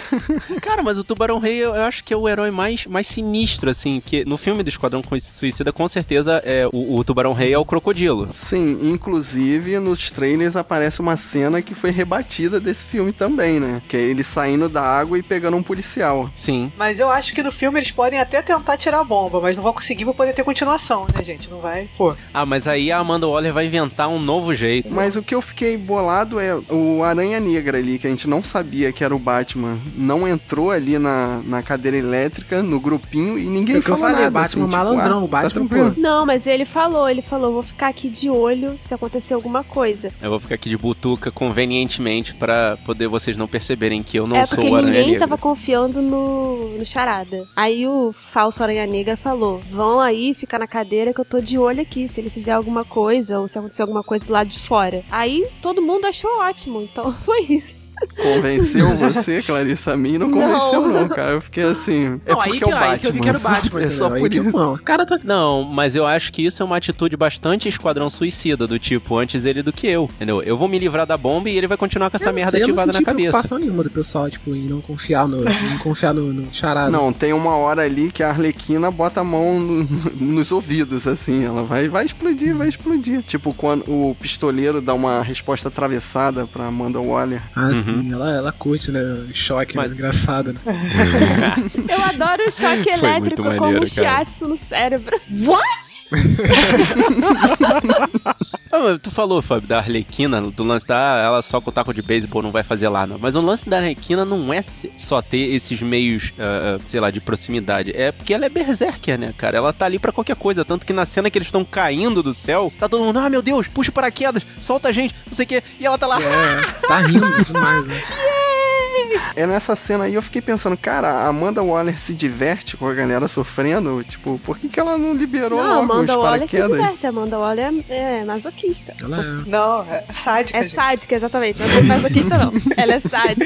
Speaker 2: Cara, mas o Tubarão Rei eu eu acho que é o herói mais, mais sinistro, assim. Porque no filme do Esquadrão Coi- Suicida, com certeza, é, o, o Tubarão Rei é o crocodilo.
Speaker 1: Sim, inclusive nos trailers aparece uma cena que foi rebatida desse filme também, né? Que é ele saindo da água e pegando um policial.
Speaker 2: Sim.
Speaker 4: Mas eu acho que no filme eles podem até tentar tirar a bomba, mas não vão conseguir pra poder ter continuação, né, gente? Não vai. Pô.
Speaker 2: Ah, mas aí a Amanda Waller vai inventar um novo jeito.
Speaker 1: Mas o que eu fiquei bolado é o Aranha Negra ali, que a gente não sabia que era o Batman. Não entrou ali na, na cadeira elétrica, no grupinho, e ninguém
Speaker 5: É o que eu
Speaker 1: falou
Speaker 5: falei,
Speaker 1: nada.
Speaker 5: Batman
Speaker 1: assim, tipo,
Speaker 5: malandrão,
Speaker 1: ah,
Speaker 5: o Batman,
Speaker 1: tá tranquilo.
Speaker 6: Não, mas ele falou, ele falou, vou ficar aqui de olho se acontecer alguma coisa.
Speaker 2: Eu vou ficar aqui de butuca convenientemente pra poder vocês não perceberem que eu não
Speaker 6: é
Speaker 2: sou
Speaker 6: porque
Speaker 2: o Aranha
Speaker 6: ninguém
Speaker 2: Negra.
Speaker 6: tava confiando no, no Charada. Aí o falso Aranha Negra falou: vão aí ficar na cadeira que eu tô de olho aqui, se ele fizer alguma coisa ou se acontecer alguma coisa do lado de fora. Aí todo mundo achou ótimo, então foi isso.
Speaker 1: Convenceu você, Clarissa, a mim não convenceu, não, cara. Eu fiquei assim. É
Speaker 5: Não, aí
Speaker 1: porque
Speaker 5: que,
Speaker 1: é o
Speaker 5: aí que
Speaker 1: Batman.
Speaker 5: eu vi que era o Batman.
Speaker 1: É só
Speaker 5: entendeu? Aí
Speaker 1: por
Speaker 5: que eu-
Speaker 1: isso.
Speaker 5: Não, o cara tá...
Speaker 2: Não, mas eu acho que isso é uma atitude bastante esquadrão suicida, do tipo, antes ele do que eu, entendeu? Eu vou me livrar da bomba e ele vai continuar com essa
Speaker 5: eu não
Speaker 2: merda
Speaker 5: sei, eu não
Speaker 2: ativada na
Speaker 5: senti
Speaker 2: cabeça.
Speaker 5: preocupação nenhuma do pessoal, tipo, em não confiar no, em confiar no, no charada.
Speaker 1: Não, tem uma hora ali que a Arlequina bota a mão no- nos ouvidos, assim. Ela vai, vai explodir, vai explodir. Tipo, quando o pistoleiro dá uma resposta atravessada pra Amanda Waller.
Speaker 5: Ah, sim, ela, ela curte, né? o Choque,
Speaker 2: Uhum. Mas-
Speaker 5: né? Engraçado, né?
Speaker 6: Eu adoro o choque
Speaker 2: Foi muito
Speaker 6: elétrico
Speaker 2: maneiro,
Speaker 6: como
Speaker 2: cara.
Speaker 6: um shiatsu no cérebro.
Speaker 2: Ah, mas tu falou, Fábio, da Arlequina, do lance da. ah, Ela só com o taco de beisebol não vai fazer lá, não. Mas o lance da Arlequina não é se- só ter esses meios, ah, ah, sei lá, de proximidade. É porque ela é berserker, né, cara? Ela tá ali pra qualquer coisa. Tanto que na cena que eles estão caindo do céu, tá todo mundo, ah, meu Deus, puxa o paraquedas, solta a gente, não sei o quê. E ela tá lá.
Speaker 5: É, tá rindo demais, né?
Speaker 1: É nessa cena aí eu fiquei pensando, cara, a Amanda Waller se diverte com a galera sofrendo? Tipo, por que, que ela não liberou logo
Speaker 6: Não,
Speaker 1: os
Speaker 6: Amanda Waller se
Speaker 1: paraquedas?
Speaker 6: diverte. Amanda Waller é, é masoquista.
Speaker 5: Ela é.
Speaker 4: Não, é sádica.
Speaker 6: É
Speaker 4: gente.
Speaker 6: sádica, exatamente. Não é masoquista, não. Ela é sádica.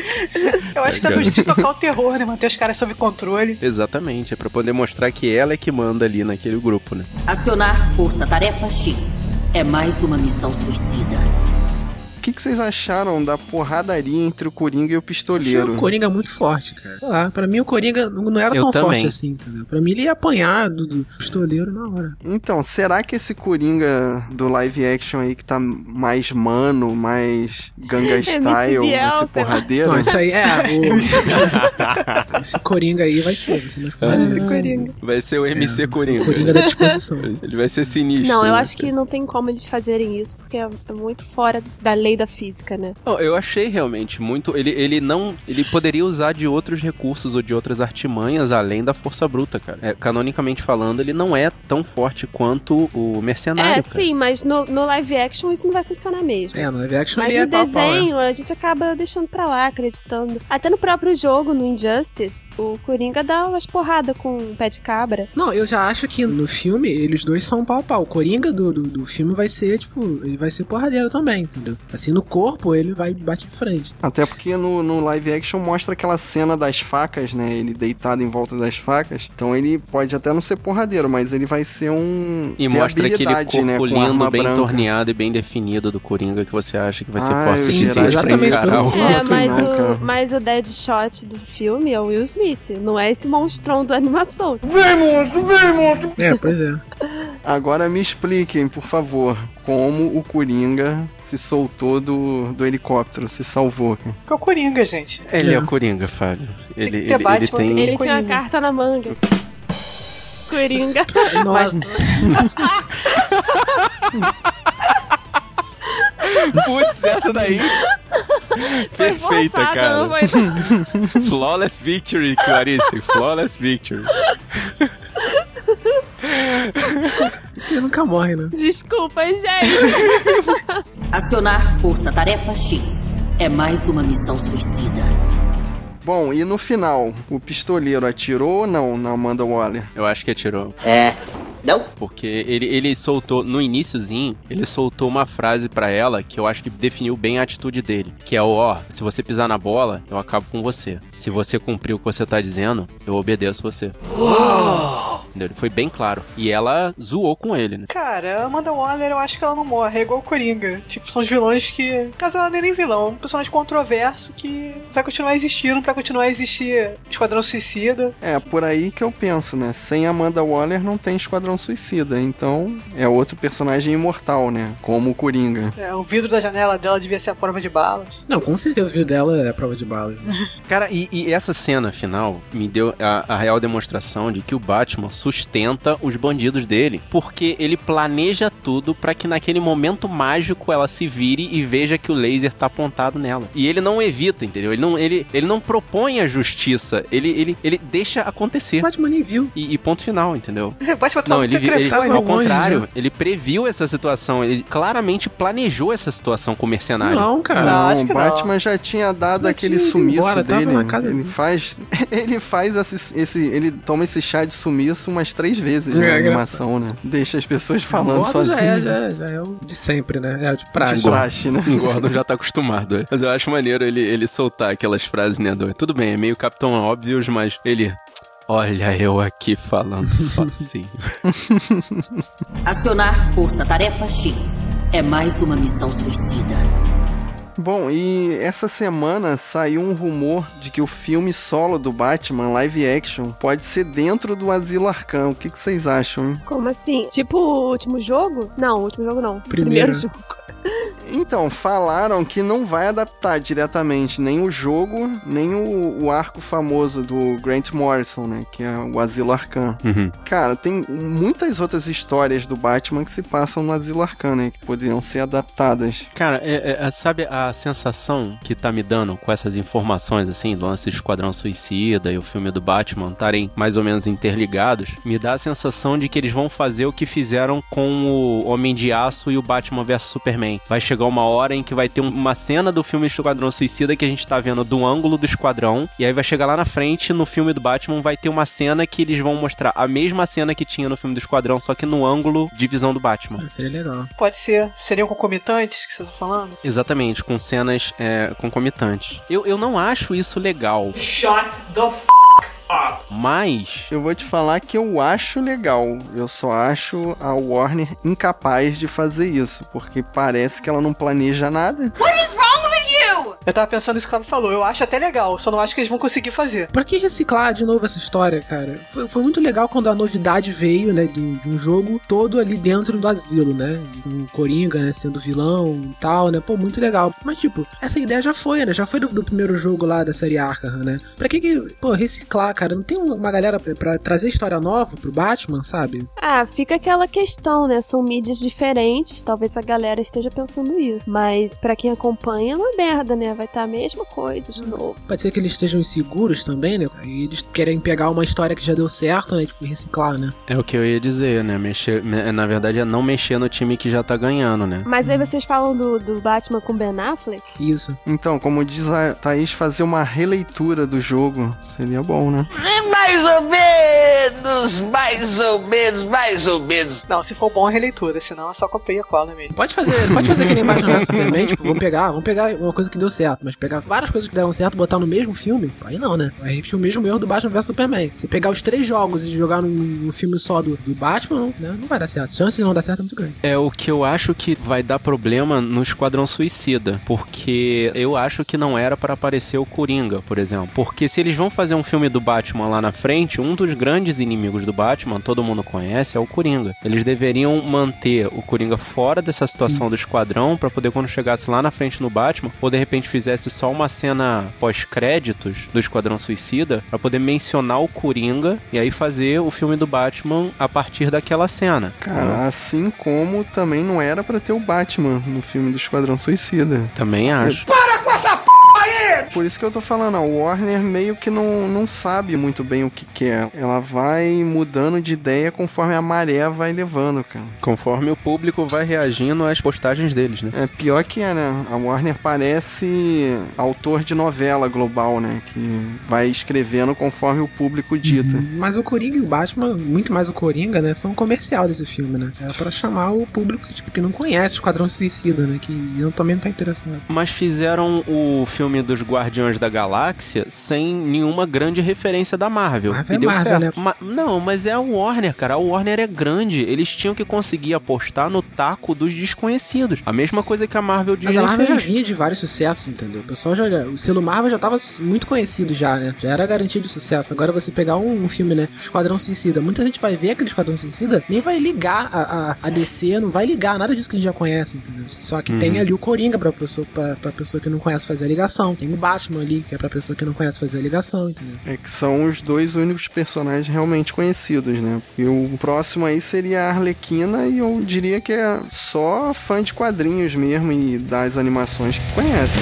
Speaker 4: Eu acho que tá
Speaker 2: Cara.
Speaker 4: no de tocar o terror, né? Manter os caras sob controle.
Speaker 2: Exatamente, é pra poder mostrar que ela é que manda ali naquele grupo, né?
Speaker 7: Acionar Força Tarefa X é mais uma missão suicida.
Speaker 1: O que, que vocês acharam da porradaria entre o Coringa e o
Speaker 5: Achei o
Speaker 1: Pistoleiro?
Speaker 5: um Coringa muito forte, cara. Sei lá, pra mim o Coringa não não era
Speaker 2: Eu
Speaker 5: tão
Speaker 2: também.
Speaker 5: forte assim, entendeu? Pra mim ele ia apanhar do, do pistoleiro na hora.
Speaker 1: Então, será que esse Coringa do live action aí que tá mais mano, mais ganga style,
Speaker 6: Biel,
Speaker 1: esse
Speaker 6: sei lá.
Speaker 1: porradeiro?
Speaker 5: Não, isso aí é. o- esse Coringa aí vai ser, vai ser mais forte.
Speaker 6: Esse Coringa.
Speaker 2: Vai ser o
Speaker 1: É,
Speaker 2: MC Coringa.
Speaker 5: Coringa da disposição.
Speaker 2: Ele vai ser sinistro.
Speaker 6: Não, eu
Speaker 2: né?
Speaker 6: acho que não tem como eles fazerem isso, porque é é muito fora da lei da física, né?
Speaker 2: Não, eu achei realmente muito. Ele, ele não. Ele poderia usar de outros recursos ou de outras artimanhas além da força bruta, cara. É, canonicamente falando, ele não é tão forte quanto o mercenário.
Speaker 6: é,
Speaker 2: cara.
Speaker 6: sim, mas no, no live action isso não vai funcionar mesmo.
Speaker 5: É, no live action
Speaker 6: Mas
Speaker 5: ele é
Speaker 6: no
Speaker 5: pau a pau, é.
Speaker 6: desenho, a gente acaba deixando pra lá, acreditando. Até no próprio jogo, no Injustice, o Coringa dá umas porradas com o pé de cabra.
Speaker 5: Não, eu já acho que no filme eles dois são pau a pau. O Coringa do, do, do filme vai ser, tipo, ele vai ser porradeiro também, entendeu? Assim, no corpo ele vai bate em frente.
Speaker 1: Até porque no, no live action mostra aquela cena das facas, né? Ele deitado em volta das facas. Então ele pode até não ser porradeiro, mas ele vai ser um.
Speaker 2: E
Speaker 1: ter
Speaker 2: mostra aquele
Speaker 1: habilidade,
Speaker 2: corpo
Speaker 1: né? com
Speaker 2: lindo,
Speaker 1: arma
Speaker 2: bem
Speaker 1: branca.
Speaker 2: torneado e bem definido do Coringa que você acha que vai ser
Speaker 1: Ah,
Speaker 2: forte o
Speaker 1: eu
Speaker 2: suficiente
Speaker 5: sim,
Speaker 2: pra
Speaker 5: exatamente,
Speaker 2: encarar
Speaker 5: eu
Speaker 2: o
Speaker 5: não
Speaker 6: É,
Speaker 5: fala assim
Speaker 6: mas,
Speaker 1: não, cara.
Speaker 6: o, mas o Deadshot do filme é o Will Smith, não é esse monstrão da animação.
Speaker 5: É, pois é.
Speaker 1: Agora me expliquem, por favor, como o Coringa se soltou do, do helicóptero, se salvou. cara.
Speaker 4: Porque é o Coringa, gente.
Speaker 2: Ele é o Coringa, Fábio.
Speaker 4: que
Speaker 2: Ele,
Speaker 4: ter
Speaker 2: ele, ele
Speaker 4: Batman,
Speaker 2: tem.
Speaker 4: tem
Speaker 6: Ele tinha uma
Speaker 4: Coringa.
Speaker 6: carta na manga. Coringa.
Speaker 5: Nossa,
Speaker 2: Putz, essa daí.
Speaker 6: Foi
Speaker 2: Perfeita,
Speaker 6: forçada,
Speaker 2: cara.
Speaker 6: não foi?
Speaker 2: Flawless Victory, Clarice. Flawless Victory.
Speaker 5: isso que ele nunca morre, né?
Speaker 6: Desculpa, gente.
Speaker 7: Acionar Força Tarefa X é mais uma missão suicida.
Speaker 1: Bom, e no final, o pistoleiro atirou ou não na Amanda Waller?
Speaker 2: Eu acho que atirou.
Speaker 8: É. Não?
Speaker 2: Porque ele, ele soltou, no iníciozinho, ele soltou uma frase pra ela que eu acho que definiu bem a atitude dele. Que é o ó, se você pisar na bola, eu acabo com você. Se você cumprir o que você tá dizendo, eu obedeço você. Entendeu? Ele foi bem claro. E ela zoou com ele, né?
Speaker 4: Cara, a Amanda Waller, eu acho que ela não morre, é igual o Coringa. Tipo, são os vilões que. No caso, ela não é nem vilão, é um personagem controverso que vai continuar existindo, pra continuar a existir Esquadrão Suicida.
Speaker 1: É, por aí que eu penso, né? Sem Amanda Waller não tem Esquadrão Suicida, então é outro personagem imortal, né? Como o Coringa.
Speaker 4: É, o vidro da janela dela devia ser a forma de balas.
Speaker 5: Não, com certeza o vídeo dela é a prova de bala.
Speaker 2: Cara, e, e essa cena final me deu a, a real demonstração de que o Batman sustenta os bandidos dele, porque ele planeja tudo pra que naquele momento mágico ela se vire e veja que o laser tá apontado nela. E ele não evita, entendeu? Ele não, ele, ele não propõe a justiça, ele, ele, ele deixa
Speaker 5: O
Speaker 2: acontecer.
Speaker 5: Batman nem viu.
Speaker 2: E, e ponto final, entendeu?
Speaker 4: Bate pra
Speaker 2: Não, ele, vi- ele
Speaker 5: telefone,
Speaker 2: ao
Speaker 5: longe,
Speaker 2: contrário,
Speaker 5: né?
Speaker 2: ele previu essa situação, ele claramente planejou essa situação com o mercenário.
Speaker 5: Não, cara.
Speaker 4: Não, acho
Speaker 1: o
Speaker 4: que não.
Speaker 1: Batman já tinha dado
Speaker 5: Já
Speaker 1: aquele
Speaker 5: tinha ido
Speaker 1: sumiço
Speaker 5: embora, tava
Speaker 1: dele. né?
Speaker 5: na casa
Speaker 1: ele
Speaker 5: dele.
Speaker 1: faz. Ele faz esse, esse- Ele toma esse chá de sumiço umas três vezes na
Speaker 5: É,
Speaker 1: animação, né? Deixa as pessoas falando
Speaker 5: Gordo
Speaker 1: sozinho.
Speaker 5: já é, já, é- já é o de sempre, né? É o de
Speaker 1: De
Speaker 5: praxe.
Speaker 1: praxe, né?
Speaker 2: O Gordon já tá acostumado, é. Mas eu acho maneiro ele, ele soltar aquelas frases, né, do... Tudo bem, é meio Capitão Óbvios, mas ele... Olha eu aqui falando assim." sozinho.
Speaker 7: Acionar Força Tarefa X é mais uma missão suicida.
Speaker 1: Bom, e essa semana saiu um rumor de que o filme solo do Batman, live action, pode ser dentro do Asilo Arkham. O que, que vocês acham, hein?
Speaker 6: Como assim? Tipo o último jogo? Não, o último jogo não.
Speaker 5: Primeiro.
Speaker 6: jogo.
Speaker 1: Então, falaram que não vai adaptar diretamente nem o jogo, nem o, o arco famoso do Grant Morrison, né? Que é o Asilo Arkham. Cara, tem muitas outras histórias do Batman que se passam no Asilo Arkham, né? Que poderiam ser adaptadas.
Speaker 2: Cara, é- é- é- sabe a sensação que tá me dando com essas informações, assim, do lance Esquadrão Suicida e o filme do Batman estarem mais ou menos interligados? Me dá a sensação de que eles vão fazer o que fizeram com o Homem de Aço e o Batman vs Superman. Vai chegar chegar uma hora em que vai ter um- uma cena do filme Esquadrão Suicida que a gente tá vendo do ângulo do esquadrão. E aí vai chegar lá na frente, no filme do Batman, vai ter uma cena que eles vão mostrar a mesma cena que tinha no filme do esquadrão, só que no ângulo de visão do Batman.
Speaker 5: Seria legal.
Speaker 4: Pode ser. Seriam concomitantes que você tá falando?
Speaker 2: Exatamente, com cenas é, concomitantes. Eu, eu não acho isso legal,
Speaker 4: Shut the f
Speaker 2: mas.
Speaker 1: Eu vou te falar que eu acho legal. Eu só acho a Warner incapaz de fazer isso, porque parece que ela não planeja nada.
Speaker 11: What is wrong with you?
Speaker 4: Eu tava pensando nisso que o Fábio falou. Eu acho até legal, só não acho que eles vão conseguir fazer.
Speaker 5: Pra que reciclar de novo essa história, cara? Foi, foi muito legal quando a novidade veio, né, de, um- de um jogo todo ali dentro do asilo, né? Com o Coringa, né, sendo vilão e tal, né? Pô, muito legal. Mas, tipo, essa ideia já foi, né? Já foi do, do primeiro jogo lá da série Arkham, né? Pra que, que, pô, reciclar, cara? Não tem uma galera pra- pra trazer história nova pro Batman, sabe?
Speaker 6: Ah, fica aquela questão, né? São mídias diferentes, talvez a galera esteja pensando isso. Mas pra quem acompanha é uma merda, né? Vai estar a mesma coisa de novo.
Speaker 5: Pode ser que eles estejam inseguros também, né? E eles querem pegar uma história que já deu certo, né? Tipo, reciclar, né?
Speaker 2: É o que eu ia dizer, né? Mexer, me- na verdade, é não mexer no time que já tá ganhando, né?
Speaker 6: Mas aí vocês falam do, do Batman com Ben Affleck?
Speaker 5: Isso.
Speaker 1: Então, como diz a Thaís, fazer uma releitura do jogo seria bom, né?
Speaker 9: Mais ou menos, mais ou menos, mais ou menos.
Speaker 4: Não, se for bom é releitura, senão é só copia e cola mesmo.
Speaker 5: Pode fazer, pode fazer que nem Batman vs Superman, tipo, vamos pegar, vamos pegar uma coisa que deu certo, mas pegar várias coisas que deram certo, botar no mesmo filme, aí não, né? Aí repetir o mesmo erro do Batman vs Superman. Você pegar os três jogos e jogar num, num filme só do, do Batman, né? Não vai dar certo. A chance de não dar certo é muito grande.
Speaker 2: É o que eu acho que vai dar problema no Esquadrão Suicida, porque eu acho que não era pra aparecer o Coringa, por exemplo. Porque se eles vão fazer um filme do Batman lá na frente, um dos grandes inimigos do Batman, todo mundo conhece, é o Coringa. Eles deveriam manter o Coringa fora dessa situação do Esquadrão pra poder quando chegasse lá na frente no Batman, ou de repente fizesse só uma cena pós-créditos do Esquadrão Suicida pra poder mencionar o Coringa e aí fazer o filme do Batman a partir daquela cena.
Speaker 1: Cara, assim como também não era pra ter o Batman no filme do Esquadrão Suicida.
Speaker 2: Também acho.
Speaker 9: Para com essa p aí!
Speaker 1: Por isso que eu tô falando, a Warner meio que não, não sabe muito bem o que quer. Ela vai mudando de ideia conforme a maré vai levando, cara.
Speaker 2: Conforme o público vai reagindo às postagens deles, né?
Speaker 1: É pior que é, né? A Warner parece autor de novela global, né? Que vai escrevendo conforme o público dita.
Speaker 5: Mas o Coringa e o Batman, muito mais o Coringa, né? São comercial desse filme, né? É pra chamar o público que, tipo, que não conhece o Esquadrão Suicida, né? Que não, também não tá interessado.
Speaker 2: Mas fizeram o filme dos Guardiões da Galáxia sem nenhuma grande referência da Marvel.
Speaker 5: Marvel
Speaker 2: e
Speaker 5: é
Speaker 2: deu
Speaker 5: Marvel,
Speaker 2: certo.
Speaker 5: né?
Speaker 2: Ma- não, mas é a Warner, cara. A Warner é grande. Eles tinham que conseguir apostar no taco dos desconhecidos. A mesma coisa que a Marvel
Speaker 5: Mas
Speaker 2: Disney
Speaker 5: a Marvel já
Speaker 2: fez.
Speaker 5: vinha de vários sucessos, entendeu? O pessoal já. O selo Marvel já tava muito conhecido já, né? Já era garantido de sucesso. Agora você pegar um, um filme, né? Esquadrão Suicida. Muita gente vai ver aquele Esquadrão Suicida, nem vai ligar a, a, a DC, não vai ligar nada disso que eles já conhecem, entendeu? Só que
Speaker 2: Uhum.
Speaker 5: tem ali o Coringa pra pessoa, pra, pra pessoa que não conhece fazer a ligação. Tem o Batman ali, que é pra pessoa que não conhece fazer a ligação, entendeu?
Speaker 1: É que são os dois únicos personagens realmente conhecidos, né? E o próximo aí seria a Arlequina e eu diria que é só fã de quadrinhos mesmo e das animações que conhece.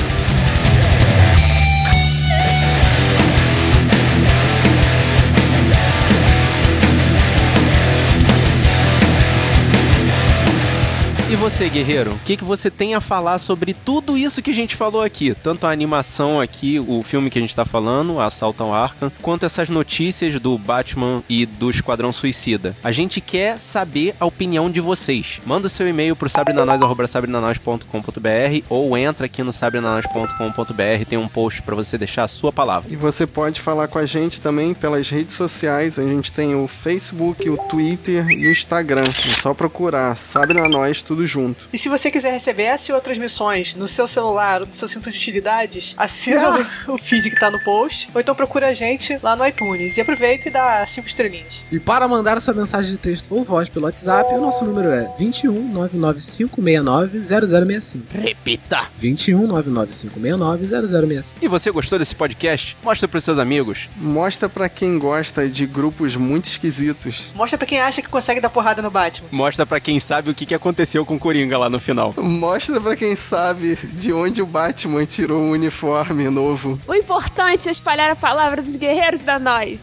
Speaker 2: E você, guerreiro? O que, que você tem a falar sobre tudo isso que a gente falou aqui? Tanto a animação aqui, o filme que a gente tá falando, Assalto ao Arkham, quanto essas notícias do Batman e do Esquadrão Suicida. A gente quer saber a opinião de vocês. Manda o seu e-mail pro sabrinanois.com.br ou entra aqui no sabrinanois.com.br, tem um post pra você deixar a sua palavra.
Speaker 1: E você pode falar com a gente também pelas redes sociais. A gente tem o Facebook, o Twitter e o Instagram. É só procurar, sabe na nós, tudo junto.
Speaker 4: E se você quiser receber essa e outras missões no seu celular ou no seu cinto de utilidades, assina o feed que tá no post, ou então procura a gente lá no iTunes. E aproveita e dá cinco estrelinhas.
Speaker 5: E para mandar sua mensagem de texto ou voz pelo WhatsApp, o nosso número é 21 99569 0065.
Speaker 2: Repita!
Speaker 5: 21 99569 0065.
Speaker 2: E você gostou desse podcast? Mostra pros seus amigos.
Speaker 1: Mostra pra quem gosta de grupos muito esquisitos.
Speaker 4: Mostra pra quem acha que consegue dar porrada no Batman.
Speaker 2: Mostra pra quem sabe o que, que aconteceu com o Coringa lá no final.
Speaker 1: Mostra pra quem sabe de onde o Batman tirou o uniforme novo.
Speaker 6: O importante é espalhar a palavra dos guerreiros da nós.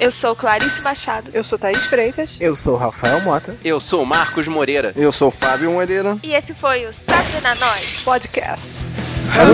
Speaker 6: Eu sou Clarice Machado.
Speaker 4: Eu sou Thaís Freitas.
Speaker 5: Eu sou Rafael Mota.
Speaker 2: Eu sou Marcos Moreira.
Speaker 1: Eu sou Fábio Moreira.
Speaker 6: E esse foi o Sabrina Nós
Speaker 4: Podcast.
Speaker 1: Hã?